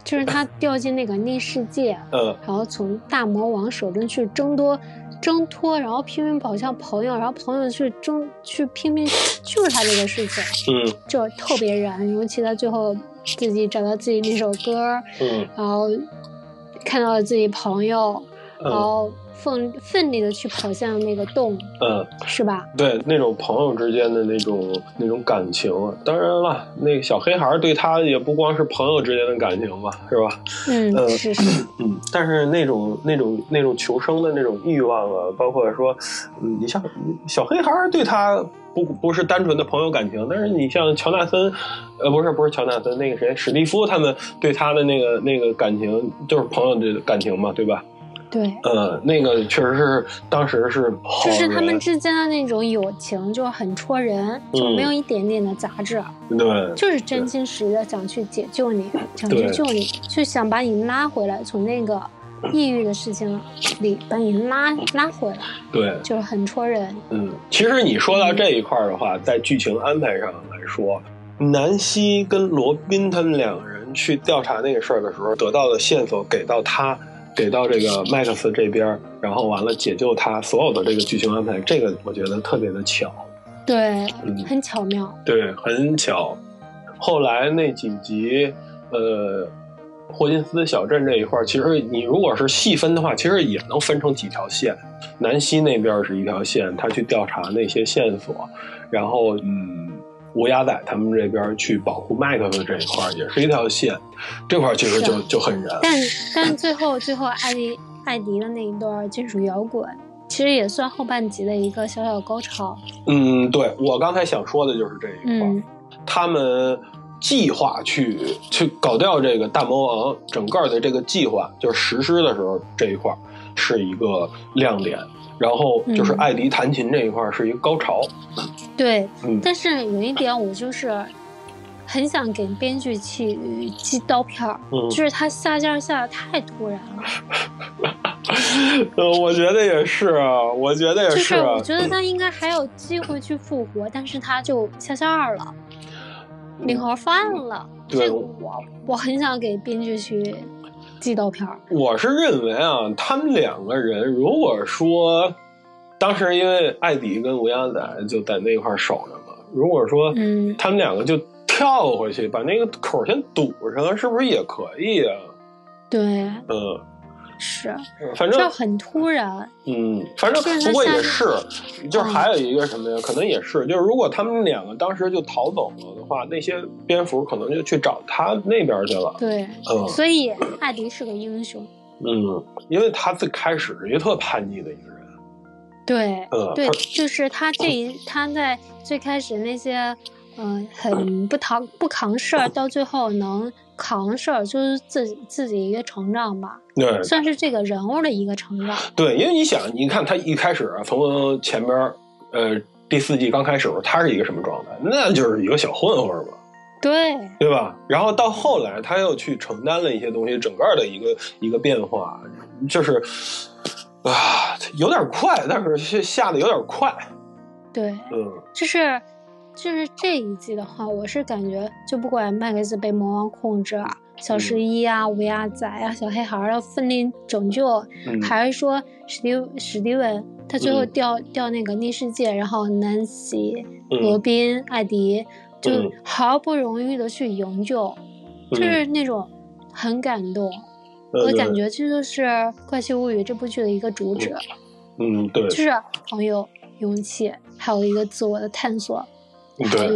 B: 就是他掉进那个逆世界，
A: 嗯
B: 然后从大魔王手中去争夺、挣脱，然后拼命跑向朋友，然后朋友去争、去拼命救他这个事情，
A: 嗯
B: 就特别燃。尤其他最后自己找到自己那首歌，
A: 嗯
B: 然后看到了自己朋友，
A: 嗯
B: 然后奋奋力的去跑向那个洞，
A: 嗯，
B: 是吧？
A: 对，那种朋友之间的那种那种感情，啊当然了，那个小黑孩儿对他也不光是朋友之间的感情嘛，是吧？
B: 嗯，
A: 嗯
B: 是是，
A: 嗯，但是那种那种那种求生的那种欲望啊，包括说，嗯，你像小黑孩儿对他不不是单纯的朋友感情，但是你像乔纳森，呃，不是不是乔纳森，那个谁史蒂夫他们对他的那个那个感情，就是朋友的感情嘛，对吧？
B: 对，
A: 呃，那个确实是当时是好
B: 就是
A: 人，嗯
B: 他们之间的那种友情就很戳人，就没有一点点的杂质，啊
A: 对
B: 就是真心实意的想去解救你，想去
A: 对
B: 救你，就想把你拉回来，从那个抑郁的事情里把你拉拉回来，
A: 对，
B: 就是很戳人。
A: 嗯，其实你说到这一块儿的话，在剧情安排上来说，南希跟罗宾他们两个人去调查那个事儿的时候，得到的线索给到他，给到这个麦克斯这边儿，然后完了解救他，所有的这个剧情安排，这个我觉得特别的巧，
B: 对，
A: 嗯
B: 很巧妙。
A: 对，很巧。后来那几集，呃，霍金斯小镇这一块儿，其实你如果是细分的话，其实也能分成几条线。南希那边是一条线，他去调查那些线索，然后嗯，吴雅仔他们这边去保护麦克斯这一块儿也是一条线，这块儿其实就是就很燃。
B: 但但最后最后艾迪艾迪的那一段金属摇滚，其实也算后半集的一个小小高潮。
A: 嗯，对我刚才想说的就是这一块儿。
B: 嗯，
A: 他们计划去去搞掉这个大魔王，整个的这个计划就是实施的时候这一块儿是一个亮点，然后就是
B: 嗯
A: 艾迪弹琴这一块儿是一个高潮，
B: 对。
A: 嗯
B: 但是有一点我就是很想给编剧去寄刀片儿，
A: 嗯
B: 就，是他下架下的太突然了。
A: 呃，我觉得也是啊，我觉得也
B: 就是
A: 啊
B: 我，觉得他应该还有机会去复活，但是他就下线儿了，领盒饭了。
A: 嗯对
B: 这个我我很想给编剧去寄刀片儿。
A: 我是认为啊，他们两个人如果说当时因为艾迪跟吴亚仔就在那块儿守着嘛，如果说
B: 嗯
A: 他们两个就跳回去，把那个口儿先堵上，是不是也可以啊？
B: 对，
A: 嗯，
B: 是，
A: 反
B: 这
A: 正
B: 很突然。
A: 嗯，反正不过也是，就是还有一个什么呀？可能也是，就是如果他们两个当时就逃走了的话，那些蝙蝠可能就去找他那边去了。
B: 对，
A: 嗯
B: 所以艾迪是个英雄。
A: 嗯，因为他最开始是一个特叛逆的一个人。
B: 对，
A: 嗯，
B: 对，
A: 他
B: 就是他这一他在最开始那些，嗯、很不扛不扛事儿，到最后能扛事儿，就是自己自己一个成长吧，
A: 对
B: 算是这个人物的一个成长。
A: 对，因为你想，你看他一开始啊从前边儿呃第四季刚开始的时候，他是一个什么状态？那就是一个小混混嘛。
B: 对，
A: 对吧？然后到后来，他又去承担了一些东西，整个的一个一个变化，就是啊，有点快，但是是下的有点快，
B: 对，
A: 嗯
B: 就是就是这一季的话，我是感觉就不管麦克斯被魔王控制啊，小
A: 嗯
B: 十一啊、乌鸦仔啊、小黑孩儿要奋力拯救，
A: 嗯，
B: 还是说史蒂史蒂文他最后
A: 嗯
B: 掉、掉那个逆世界，然后南希、罗
A: 嗯
B: 宾、艾迪就
A: 嗯
B: 毫不容易的去营救，就是那种很感动。
A: 嗯呃
B: 我感，觉这就是《怪奇物语》这部剧的一个主旨，
A: 嗯对
B: 就是朋友、勇气，还有一个自我的探索。还
A: 对，
B: 有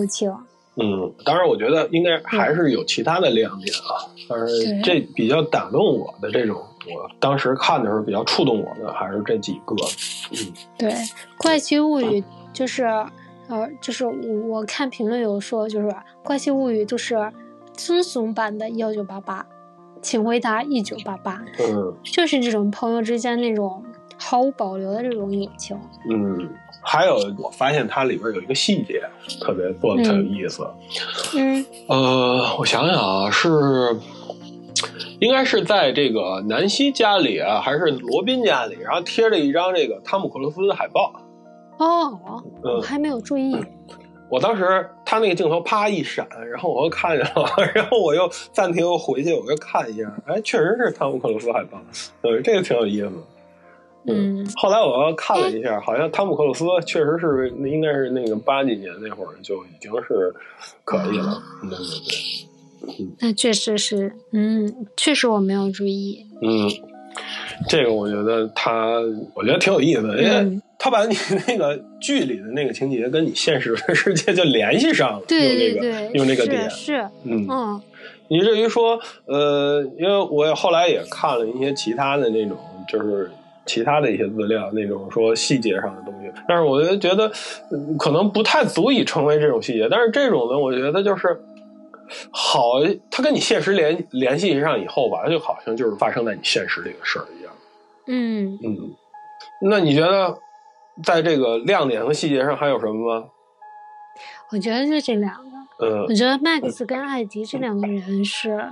B: 友情，
A: 嗯，当然我觉得应
B: 嗯
A: 该还是有其他的亮点啊，但是这比较打动我的这种，我当时看的时候比较触动我的还是这几个，
B: 对，《怪奇物语》就是，呃，就是我看评论有说，就是《怪奇物语》就是惊悚版的幺九八八，请回答一九八八，
A: 嗯
B: 就是这种朋友之间那种毫无保留的这种友情。
A: 嗯。还有，我发现它里边有一个细节特别做的特有意思，
B: 嗯
A: 呃，我想想啊，是应该是在这个南希家里啊，还是罗宾家里，然后贴着一张这个汤姆克鲁斯的海报。
B: 哦，我
A: 嗯，
B: 还没有注意。
A: 我当时他那个镜头啪一闪，然后我又看见了， 然后我又暂停，又回去，我又看一下，哎，确实是汤姆克鲁斯海报，呃，这个挺有意思的。
B: 嗯，
A: 后来我又看了一下，好像汤姆克鲁斯确实是应该是那个八几年那会儿就已经是可以了，嗯对对对。
B: 那确实是，嗯，确实我没有注意。
A: 嗯，这个我觉得他，我觉得挺有意思的，因为
B: 嗯
A: 他把你那个剧里的那个情节跟你现实的世界就联系上了，
B: 对对
A: 用那个，
B: 对，
A: 用那个
B: 是
A: 点
B: 是，
A: 嗯，
B: 嗯
A: 你至于说，呃，因为我也后来也看了一些其他的那种，就是其他的一些资料，那种说细节上的东西。但是我就觉得，嗯可能不太足以成为这种细节。但是这种呢，我觉得就是好，它跟你现实联联系上以后吧，它就好像就是发生在你现实这个事儿一样。
B: 嗯，
A: 嗯，那你觉得在这个亮点和细节上还有什么吗？
B: 我觉得就这两个。
A: 嗯
B: 我觉得 Max 跟艾迪这两个人是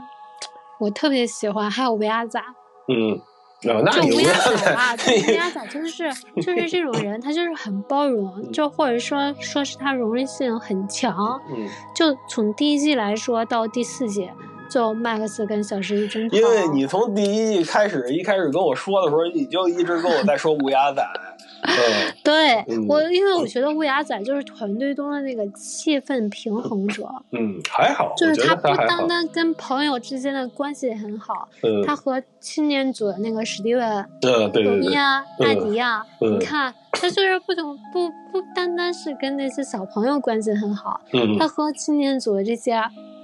B: 我特别喜欢，还有乌鸦仔。
A: 嗯，啊，那
B: 就
A: 你
B: 乌
A: 不
B: 鸦
A: 要
B: 仔
A: 再
B: 啊，对乌鸦仔就是 就是这种人，他就是很包容，就或者说说是他容忍性很强。
A: 嗯，
B: 就从第一季来说到第四季，就 Max 跟小十一争吵，
A: 因为你从第一季开始，一开始跟我说的时候，你就一直跟我在说乌鸦 仔。嗯
B: 对、
A: 嗯
B: 我，因为我觉得乌鸦仔就是团队中的那个气氛平衡者，
A: 嗯，还好，
B: 就
A: 我
B: 是
A: 觉
B: 他
A: 得
B: 不
A: 他还好
B: 单。单跟朋友之间的关系很好，
A: 嗯
B: 他和青年组的那个史蒂文、
A: 嗯，对
B: 罗
A: 对
B: 密
A: 对，
B: 啊、
A: 嗯
B: 艾迪呀、
A: 嗯
B: 你看他就是不同不不单单是跟那些小朋友关系很好，
A: 嗯
B: 他和青年组的这些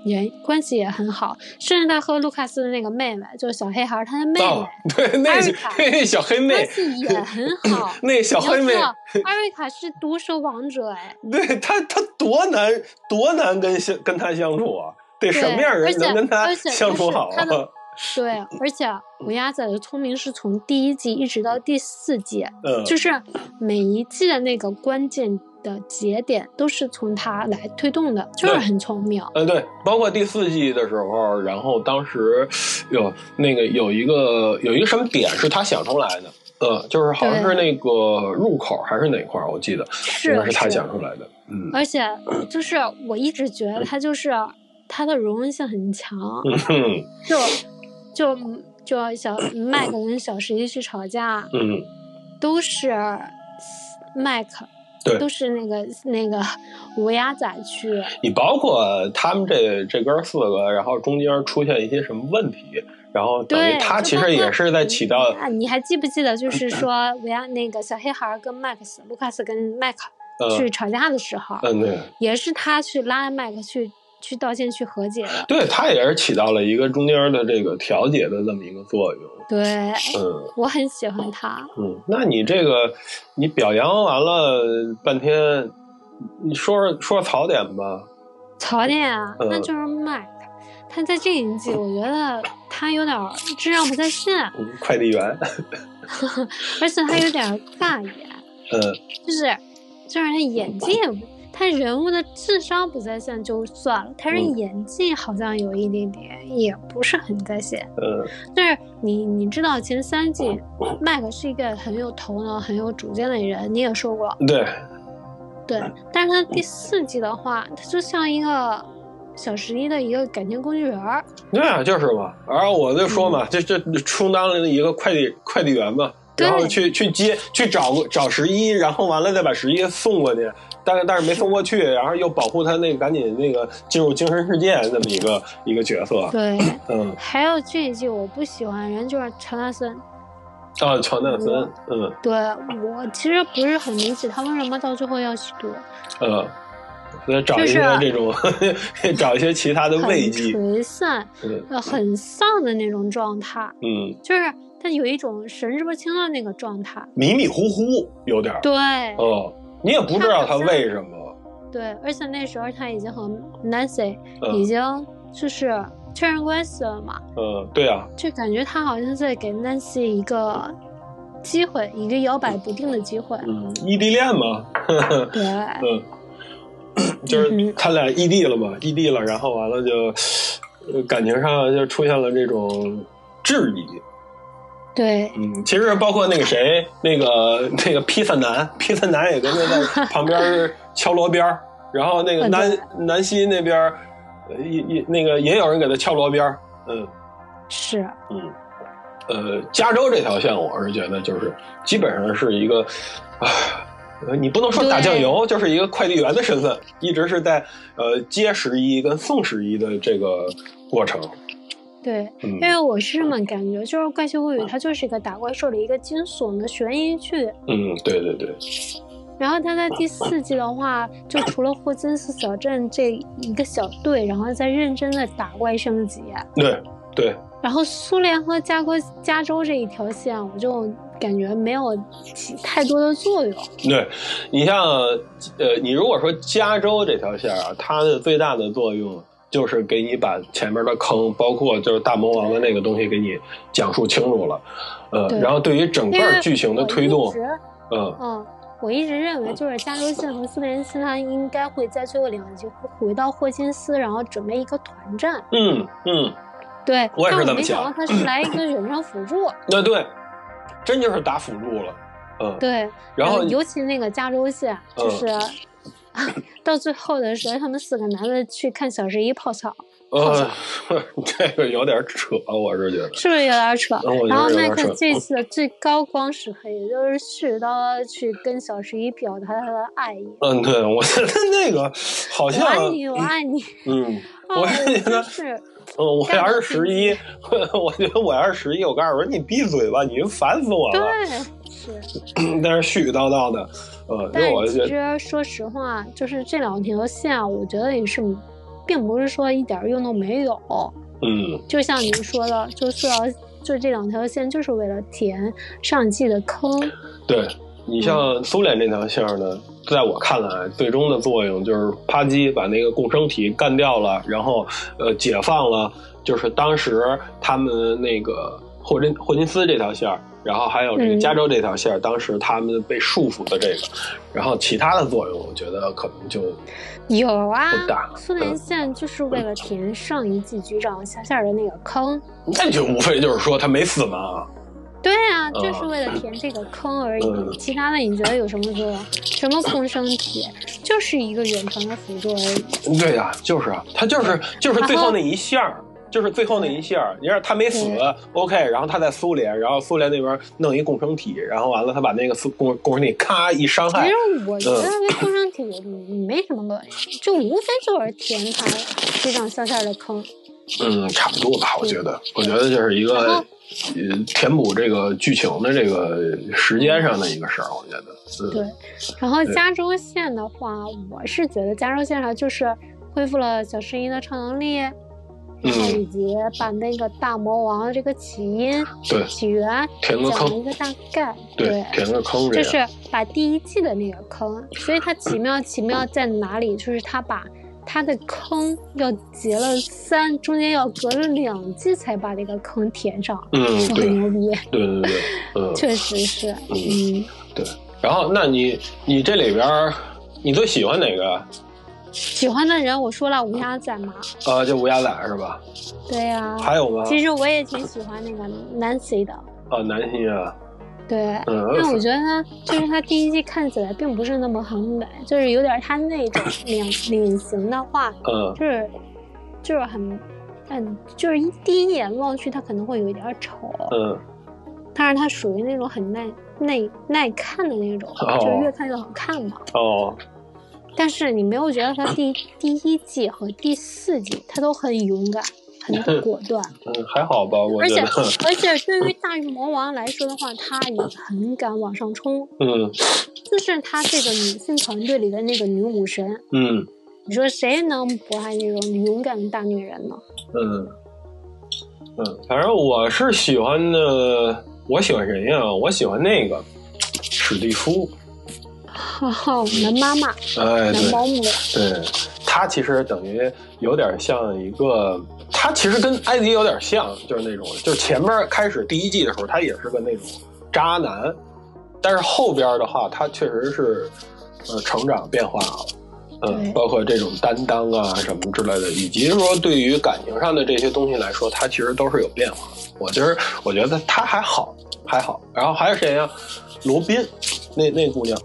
B: 人关系也很好，甚至他和卢卡斯的那个妹妹，就是小黑孩儿他的妹妹
A: 啊，对，那
B: 艾瑞
A: 是
B: 卡
A: 那小黑妹。
B: 关，系也很好
A: 那 小黑
B: 你
A: 妹，
B: 要知道，艾瑞卡是毒舌王者哎，
A: 对她她多难多难跟相跟她相处啊！得什么样
B: 而
A: 人
B: 且
A: 能跟她
B: 而且
A: 相处
B: 就是
A: 好
B: 她
A: 啊
B: 的？对，而且乌鸦仔的聪明是从第一季一直到第四季，
A: 嗯，
B: 就是每一季的那个关键的节点都是从他来推动的，就是
A: 对
B: 很聪明。
A: 呃，对，包括第四季的时候，然后当时有那个有一个有一个什么点是他想出来的，呃，就是好像
B: 对
A: 是那个入口还是哪块儿，我记得应
B: 是
A: 该是他想出来的。嗯
B: 而且就是我一直觉得他就是他的容忍性很强，
A: 嗯哼
B: 就就就小麦克跟小十一去吵架，
A: 嗯，
B: 都是麦克，
A: 对
B: 都是那个那个乌鸦仔去，
A: 你包括他们这这哥儿四个，然后中间出现一些什么问题，然后等于
B: 对，
A: 他
B: 就
A: 其
B: 包
A: 实也
B: 括
A: 是在起到嗯
B: 啊，你还记不记得就是说乌鸦那个小黑孩儿跟麦克斯、卢卡斯跟麦克去
A: 嗯
B: 吵架的时候，
A: 嗯对。
B: 也是他去拉麦克去去道歉去和解的，
A: 对，他也是起到了一个中间的这个调解的这么一个作用。
B: 对。
A: 嗯，
B: 我很喜欢他，
A: 嗯，那你这个你表扬完了半天，你说说说说槽点吧。
B: 槽点啊，
A: 嗯
B: 那就是 Mike，他在这一季，我觉得他有点儿质量不在线，
A: 嗯快递员，
B: 而且他有点儿尬演，
A: 嗯
B: 就是就是他演技也不，他人物的智商不在线就算了，他人
A: 嗯
B: 演技好像有一点点，也不是很在线。
A: 嗯
B: 就是你你知道前三季麦克是一个很有头脑、很有主见的人，你也说过，
A: 对，
B: 对，
A: 嗯
B: 但是他第四季的话，他就像一个小十一的一个感情工具人儿。
A: 对啊，就是嘛。然后我就说嘛，这这充当了一个快递快递员嘛，
B: 对
A: 然后去去接去找找十一，然后完了再把十一送过去，但是但是没送过去，然后又保护他那个赶紧那个进入精神世界这么一个一个角色。
B: 对，
A: 嗯
B: 还有这一季我不喜欢的人就是乔纳森。
A: 啊，乔纳森，嗯
B: 对我其实不是很理解他为什么到最后要吸毒，
A: 嗯。那找一
B: 就是啊
A: 些这种， 找一些其他的
B: 很
A: 慰藉。
B: 颓丧，
A: 嗯
B: 呃，很丧的那种状态，
A: 嗯，
B: 就是他有一种神志不清的那个状态。
A: 迷迷糊糊有点儿。
B: 对、
A: 哦，你也不知道他为什么。
B: 对，而且那时候他已经和 Nancy 已
A: 嗯
B: 经就是确认关系了嘛，
A: 嗯，对啊，
B: 就感觉他好像在给 Nancy 一个机会，一个摇摆不定的机会。
A: 嗯，异地恋嘛，
B: 对，
A: 嗯，
B: 嗯
A: 就是他俩异地了嘛，异地了，然后完了就呃感情上就出现了这种质疑。
B: 对，
A: 嗯，其实包括那个谁，那个那个披萨男，披萨男也跟着在旁边儿敲锣边儿，然后那个
B: 嗯
A: 南
B: 对
A: 南希那边儿呃也也那个也有人给他敲锣边儿，嗯。
B: 是，
A: 嗯，呃，加州这条线，我是觉得就是基本上是一个，啊，呃你不能说打酱油，就是一个快递员的身份，一直是在呃接十一跟送十一的这个过程。
B: 对，
A: 嗯
B: 因为我是这么感觉，就是《怪奇物语》它就是一个打怪兽的一个惊悚的悬疑剧。
A: 嗯，对对对，
B: 然后它在第四季的话，就除了霍金斯小镇这一个小队，然后再认真的打怪升级。
A: 对对，
B: 然后苏联和加国加州这一条线，我就感觉没有起太多的作用。
A: 对，你像呃，你如果说加州这条线啊，它的最大的作用就是给你把前面的坑，包括就是大魔王的那个东西给你讲述清楚了，呃，
B: 对
A: 然后对于整
B: 因为
A: 个剧情的
B: 我
A: 推
B: 一
A: 动，
B: 直
A: 嗯，
B: 嗯，我一直认为就是加州线和斯林斯他应该会在最后两集回到霍金斯，然后准备一个团战。
A: 嗯嗯，
B: 对，
A: 我也
B: 但
A: 是这
B: 我
A: 么
B: 没想
A: 想
B: 到他是来一个远程辅助。
A: 那对，真就是打辅助了，嗯，
B: 对，
A: 然后嗯
B: 尤其那个加州线，就是、 到最后的时候，他们四个男的去看小十一泡澡，
A: 呃， 这个有点扯，啊我是觉得，
B: 是不是有点扯？
A: 嗯我觉得
B: 然后
A: 有
B: 麦
A: 点
B: 克
A: 扯
B: 这次的最高光时刻，也就是絮絮叨叨地去跟小十一表达他的爱意，
A: 嗯，对，我觉得那个好
B: 我爱
A: 像，
B: 你，我 爱你。
A: 嗯，
B: 啊，
A: 我也觉
B: 真
A: 得
B: 是，
A: 嗯，我
B: 干
A: 要
B: 得
A: 是
B: 挺
A: 十一， 我觉得我要是十一，我告诉我说你闭嘴吧，你烦死我了。
B: 对，是。
A: 但是絮絮叨叨的，呃，因
B: 但
A: 为我就觉
B: 其
A: 得，
B: 实说实话，就是这两条线，我觉得也是，并不是说一点用都没有。
A: 嗯，
B: 就像您说的，就塑料，就这两条线就是为了填上一季的坑。
A: 对你
B: 嗯
A: 像苏联这条线儿呢，在我看来，最终的作用就是啪叽把那个共生体干掉了，然后呃解放了，就是当时他们那个霍金霍金斯这条线儿。然后还有这个
B: 嗯
A: 加州这条线儿，当时他们被束缚的这个，然后其他的作用，我觉得可能就
B: 有啊
A: 不嗯大，
B: 苏联线就是为了填上一季局长下线的那个坑。
A: 那就无非就是说他没死嘛。
B: 对啊，就是为了填这个坑而已。
A: 嗯
B: 其他的你觉得有什么作用？什么共生体，就是一个远程的辅助而已。
A: 对呀、就是啊，他就是就是最后那一下儿，就是最后那一下儿。你看他没死
B: 对
A: ，OK，然后他在苏联，然后苏联那边弄一共生体，然后完了他把那个苏共共生体咔一伤
B: 其
A: 害
B: 实，我觉得跟共生体没什么卵用，就无非就是填它局长下线的坑。
A: 嗯，差不多吧，我觉得，我觉得就是一个
B: 然后
A: 呃填补这个剧情的这个时间上的一个事儿，我觉得，嗯
B: 对，然后
A: 对
B: 加州线的话，我是觉得加州线上就是恢复了小十一的超能力，然后
A: 嗯
B: 以及把那个大魔王的这个起因、
A: 对
B: 起源
A: 填个
B: 讲了
A: 坑
B: 一个大概，
A: 对，填个坑这
B: 就
A: 样，
B: 是把第一季的那个坑，所以它奇妙奇妙在哪里？就是它把它的坑要结了三，中间要隔了两季才把这个坑填上，
A: 嗯，
B: 就
A: 对
B: 很牛逼，
A: 对对对，嗯。
B: 确实是，嗯，
A: 然后，那你你这里边儿你最喜欢哪个啊？
B: 喜欢的人我说了无暇仔嘛，
A: 啊，就乌鸦仔是吧？
B: 对呀、
A: 还有吗？
B: 其实我也挺喜欢那个 Nancy 的，
A: 啊，南希啊，
B: 对。
A: 嗯，
B: 但我觉得呢，就是她第一季看起来并不是那么很美，就是有点她那种脸脸型的话，
A: 嗯
B: 就是就是很嗯，就是一第一眼望去她可能会有一点丑，
A: 嗯
B: 但是她属于那种很耐耐耐看的那种，
A: 哦
B: 就是越看越好看嘛。
A: 哦，
B: 但是你没有觉得她第第一季和第四季她都很勇敢，很果断，
A: 嗯，还好吧，我
B: 而
A: 觉
B: 且
A: 得，嗯
B: 而且对于大魔王来说的话，她也很敢往上冲，
A: 嗯
B: 就是她这个女性团队里的那个女武神。
A: 嗯
B: 你说谁能不爱那种勇敢的大女人呢？
A: 嗯嗯，反正我是喜欢的，我喜欢谁呀？我喜欢那个史蒂夫，
B: 哈哈，我们的妈妈，
A: 哎，
B: 男
A: 对
B: 保姆，
A: 对，他其实等于有点像一个。他其实跟埃及有点像，就是那种，就是前面开始第一季的时候，他也是个那种渣男，但是后边的话，他确实是，呃，成长变化了，嗯、
B: 对
A: 包括这种担当啊什么之类的，以及说对于感情上的这些东西来说，他其实都是有变化的。我其实我觉得他还好，还好。然后还有谁呀、罗宾，那那姑娘，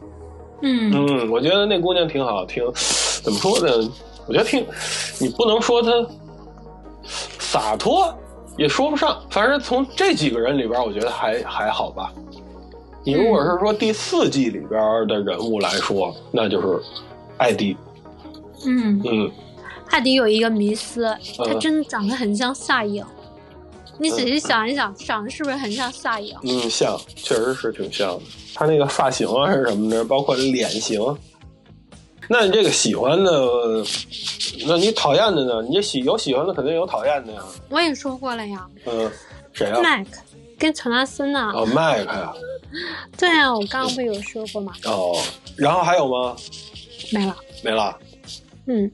B: 嗯，
A: 嗯，我觉得那姑娘挺好，挺怎么说呢？我觉得挺，你不能说她洒脱，也说不上。反正从这几个人里边儿，我觉得还还好吧。你如果是说第四季里边儿的人物来说，那就是艾迪。
B: 嗯，
A: 嗯，
B: 艾迪有一个迷思，她真的长得很像夏颖。你仔细想一想，长得是不是很像夏颖？
A: 嗯，像，确实是挺像的。他那个发型啊是什么的，包括脸型。那你这个喜欢的，那你讨厌的呢？你这喜有喜欢的，肯定有讨厌的呀。
B: 我也说过了呀
A: 嗯，谁啊？
B: ，Mac 跟乔纳森呐，
A: 哦哦，麦克呀，
B: 对啊，我刚刚不有说过吗？
A: 哦，然后还有吗？
B: 没了。
A: 没了。
B: 嗯，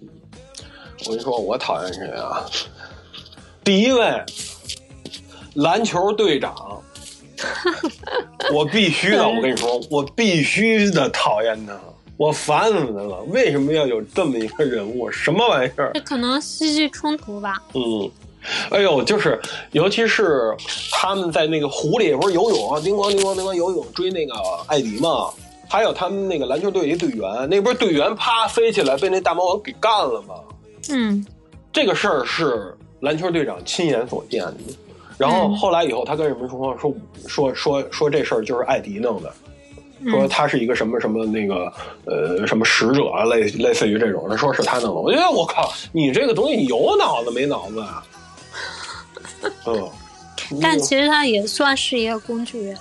A: 我跟你说，我讨厌谁啊？第一位，篮球队长，我必须的。我跟你说，我必须的讨厌他，我烦死他了。为什么要有这么一个人物？什么玩意儿？
B: 这可能戏剧冲突吧。
A: 嗯，哎呦，就是，尤其是他们在那个湖里不是游泳啊，叮咣叮咣叮咣游泳追那个艾迪嘛，还有他们那个篮球队一队员，那不是队员啪飞起来被那大魔王给干了吗？
B: 嗯
A: 这个事儿是篮球队长亲眼所见的。然后
B: 嗯
A: 后来以后，他跟人们说说说说说这事儿就是艾迪弄的，说
B: 嗯
A: 他是一个什么什么那个呃什么使者啊，类类似于这种，他说是他弄的。我觉得我靠，你这个东西有脑子没脑子啊？嗯，
B: 但其实他也算是一个工具人，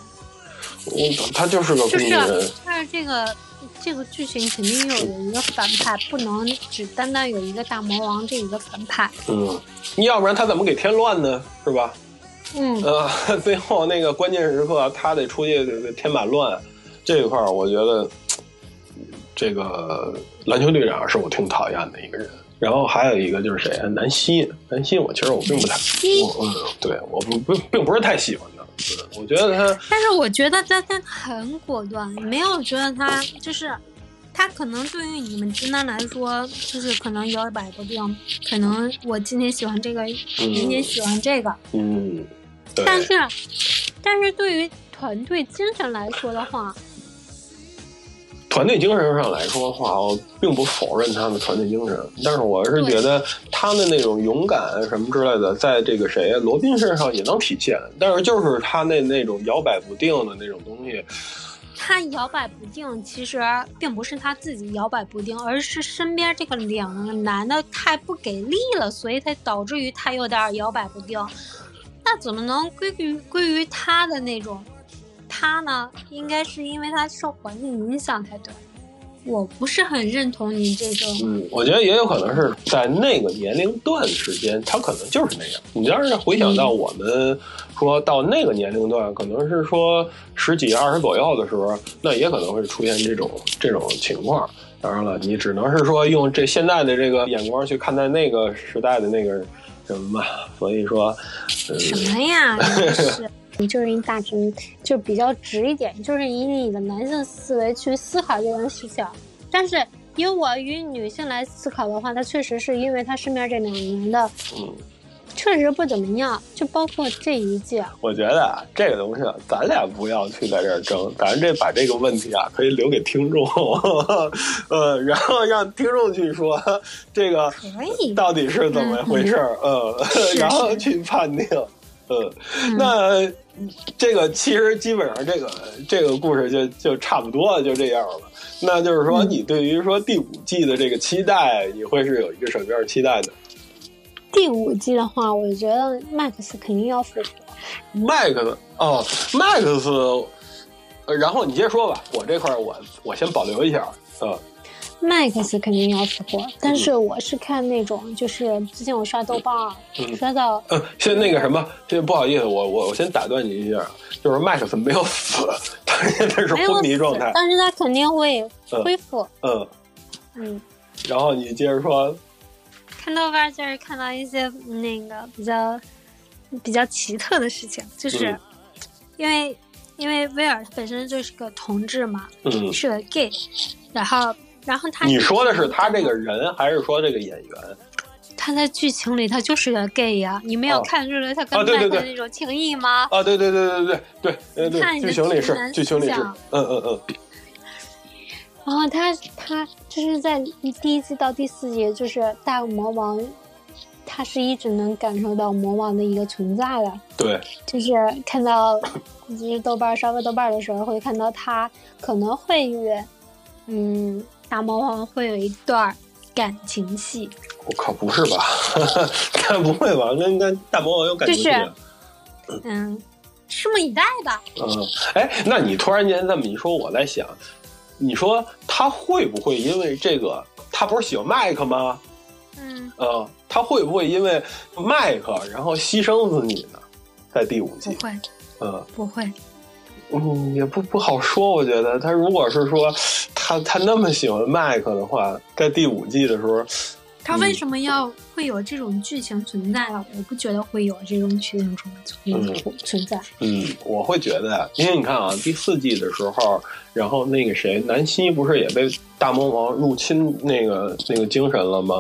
A: 我嗯他就是个
B: 就
A: 工
B: 是
A: 具人，
B: 但是这个这个剧情肯定又有一个反派，不能只单单有一个大魔王这一个反派。
A: 嗯，要不然他怎么给添乱呢？是吧？
B: 嗯，
A: 呃，最后那个关键时刻，他得出去添把乱，这一块儿我觉得，这个篮球队长是我挺讨厌的一个人。然后还有一个就是谁，啊南希，南希，我其实我并不太，我嗯，对，我不不并不是太喜欢他，嗯我觉得他，
B: 但是我觉得他他很果断，没有觉得他就是。他可能对于你们直男来说，就是可能有一百个病，可能我今天喜欢这个，明天
A: 嗯
B: 喜欢这个，
A: 嗯，对，
B: 但是，但是对于团队精神来说的话，
A: 团队精神上来说的话，我并不否认他们团队精神，但是我是觉得他们那种勇敢什么之类的，在这个谁罗宾身上也能体现，但是就是他那那种摇摆不定的那种东西，
B: 他摇摆不定，其实并不是他自己摇摆不定，而是身边这个两个男的太不给力了，所以才导致于他有点摇摆不定。那怎么能归于归于他的那种？他呢，应该是因为他受环境影响才对。我不是很认同你这种
A: 嗯，我觉得也有可能是在那个年龄段之间，他可能就是那样。你要是回想到我们说到那个年龄段，可能是说十几、二十左右的时候，那也可能会出现这种这种情况。当然了，你只能是说用这现在的这个眼光去看待那个时代的那个什么吧。所以说，嗯，
B: 什么 呀？真是你就是一大直，就比较直一点，就是以你的男性思维去思考这件事情。但是以我与女性来思考的话，她确实是因为她身边这两个男的
A: 嗯
B: 确实不怎么样，就包括这一届，
A: 我觉得啊，这个东西啊，咱俩不要去在这儿争，咱这把这个问题啊，可以留给听众， 呃，然后让听众去说这个
B: 可以。
A: 到底是怎么回事儿，嗯，
B: 是
A: 然后
B: 是
A: 去判定，嗯，
B: 嗯
A: 那这个其实基本上这个这个故事就就差不多了，就这样了。那就是说，
B: 嗯
A: 你对于说第五季的这个期待，你会是有一个什么样的期待呢？
B: 第五季的话，我觉得麦克斯肯定要复活。
A: 麦克斯哦，麦克斯，呃然后你接着说吧，我这块儿我我先保留一下，嗯
B: 麦克斯肯定要复活，但是我是看那种，就是之前我刷豆瓣儿
A: 嗯
B: 刷到
A: 嗯，先那个什么，先不好意思，我我我先打断你一下，就是麦克斯没有死，他现在是
B: 没有
A: 昏迷
B: 死
A: 状态，
B: 但是他肯定会
A: 嗯
B: 恢复。
A: 嗯，
B: 嗯，
A: 然后你接着说，
B: 看豆瓣儿就是看到一些嗯那个比较比较奇特的事情，就是、
A: 嗯
B: 因为因为威尔他本身就是个同志嘛，
A: 嗯，
B: 是个 gay，然后然后他
A: 你说的是他这个人，还是说这个演员？
B: 他在剧情里他就是个 gay 呀、你没有
A: 哦
B: 看出来他
A: 啊
B: 跟
A: 对对
B: 麦
A: 对
B: 克那种情谊吗？
A: 啊，对对对对对对对
B: 你看
A: 对，
B: 你
A: 剧
B: 的
A: 情里是
B: 直男
A: 剧情里是
B: 思想，
A: 嗯嗯嗯，
B: 然后他他就是在第一季到第四季，就是大魔王，他是一直能感受到魔王的一个存在的，
A: 对，
B: 就是看到，就是豆瓣儿刷到豆瓣儿的时候，会看到他可能会与，嗯，大魔王会有一段儿感情戏，
A: 我靠，不是吧？ 他不会吧？那那大魔王有感情
B: 就是
A: 戏啊？
B: 嗯，拭目以待吧。
A: 嗯，哎，那你突然间这么一说，我在想，你说他会不会因为这个，他不是喜欢麦克吗？
B: 嗯，
A: 嗯，他会不会因为麦克然后牺牲自己呢？在第五
B: 不
A: 季，
B: 会，
A: 嗯，
B: 不会，
A: 嗯，也不不好说。我觉得他如果是说他他那么喜欢麦克的话，在第五季的时候，
B: 他
A: 嗯
B: 为什么要会有这种剧情存在啊？我不觉得会有这种剧情存存存在。
A: 嗯，我会觉得，因为你看啊，第四季的时候，然后那个谁，南希不是也被大魔王入侵那个那个精神了吗？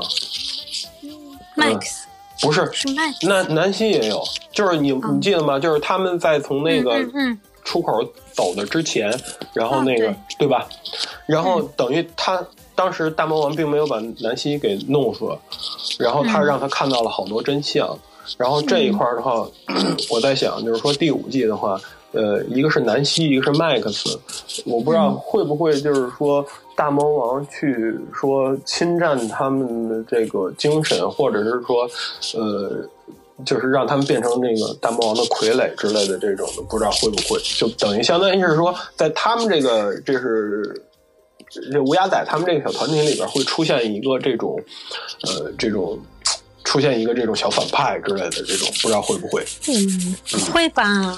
A: 嗯
B: Max
A: 不是，
B: 是 Max，
A: 南南希也有，就是你你记得吗？就是他们在从那个
B: 嗯嗯
A: 出口走的之前，然后
B: 啊
A: 那个、
B: 对嗯
A: 对吧？然后等于他当时大魔王并没有把南希给弄死，然后他
B: 嗯
A: 让他看到了好多真相。然后这一块儿的话， 我在想，就是说第五季的话，呃，一个是南希，一个是麦克斯，我不知道
B: 嗯
A: 会不会就是说大魔王去说侵占他们的这个精神，或者是说，呃，就是让他们变成那个大魔王的傀儡之类的这种的，不知道会不会就等于相当于是说，在他们这个这是这乌鸦仔他们这个小团体里边会出现一个这种，呃，这种出现一个这种小反派之类的这种，不知道会不会？
B: 嗯，会吧？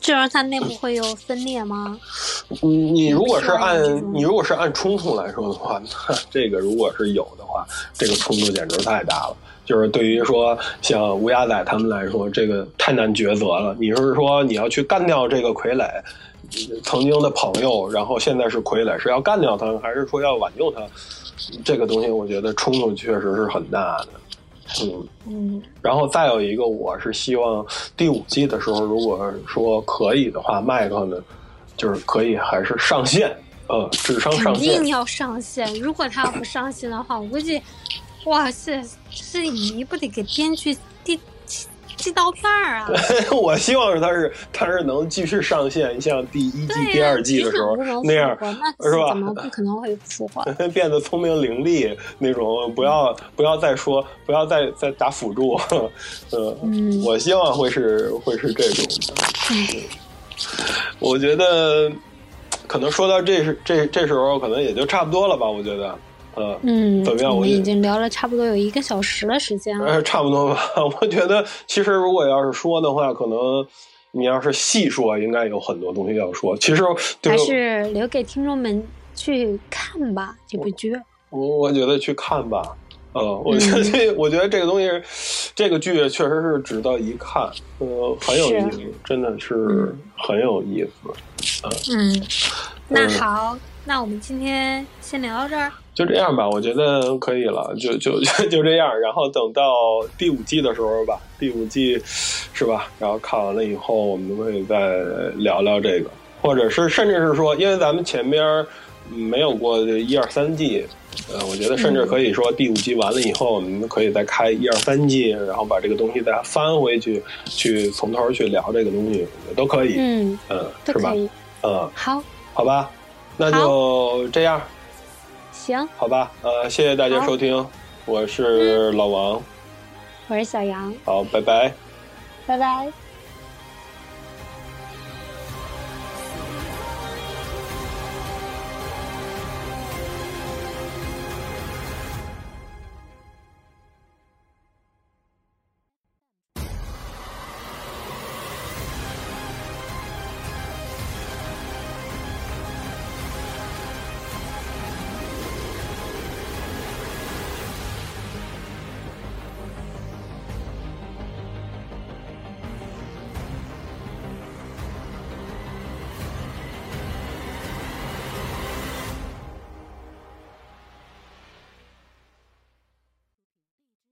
B: 就是它内部会有分裂吗？
A: 你你如果是按
B: 是吧
A: 你如果是按冲突来说的话，那 这个如果是有的话，这个冲突简直太大了。就是对于说像乌鸦仔他们来说，这个太难抉择了。你是说你要去干掉这个傀儡，曾经的朋友，然后现在是傀儡，是要干掉他，还是说要挽救他？这个东西我觉得冲突确实是很大的。嗯，
B: 嗯
A: 然后再有一个，我是希望第五季的时候，如果说可以的话，麦克呢，就是可以还是上线，呃，智商
B: 肯
A: 上线
B: 定，要上线。如果他要不上线的话，我估计，哇塞，这你不得给编剧递寄寄刀片儿啊！
A: 我希望他是他是能继续上线，像第一季
B: 对、呀
A: 第二季的时候
B: 你怎么
A: 那样
B: 不能复活那
A: 是吧
B: 怎么不可能会复活？
A: 变得聪明伶俐那种，不要不要再说，不要再再打辅助， 呃，
B: 嗯
A: 我希望会是会是这种的。
B: 哎
A: 我觉得可能说到这是这这时候，可能也就差不多了吧。我觉得，呃，
B: 嗯，
A: 怎么样
B: 我
A: 我
B: 们
A: 觉得
B: 已经聊了差不多有一个小时的时间了。
A: 呃，差不多吧。 我觉得，其实如果要是说的话，可能你要是细说，应该有很多东西要说。其实就
B: 还
A: 是
B: 是留给听众们去看吧这部剧。嗯
A: 我我觉得去看吧。呃，我觉得 这，我觉得这个东西是，这个剧确实是值得一看，呃，很有
B: 是
A: 意思，真的是
B: 嗯
A: 很有意思。
B: 嗯，那
A: 嗯
B: 好，那我们今天先聊到这儿。
A: 就这样吧，我觉得可以了，就就就 就这样。然后等到第五季的时候吧，第五季是吧？然后看完了以后，我们会再聊聊这个，或者是甚至是说，因为咱们前边儿嗯没有过这一二三季，呃，我觉得甚至可以说第五季完了以后，我们可以再开一二三季，然后把这个东西再翻回去，去从头儿去聊这个东西，都可以，
B: 嗯，
A: 嗯，
B: 都
A: 是吧
B: 可？以。
A: 嗯，
B: 好，
A: 好吧，那就这样。
B: 行，
A: 好吧，呃，谢谢大家
B: 好
A: 收听，我是老王，
B: 我是小杨，
A: 好，拜拜。
B: 拜拜。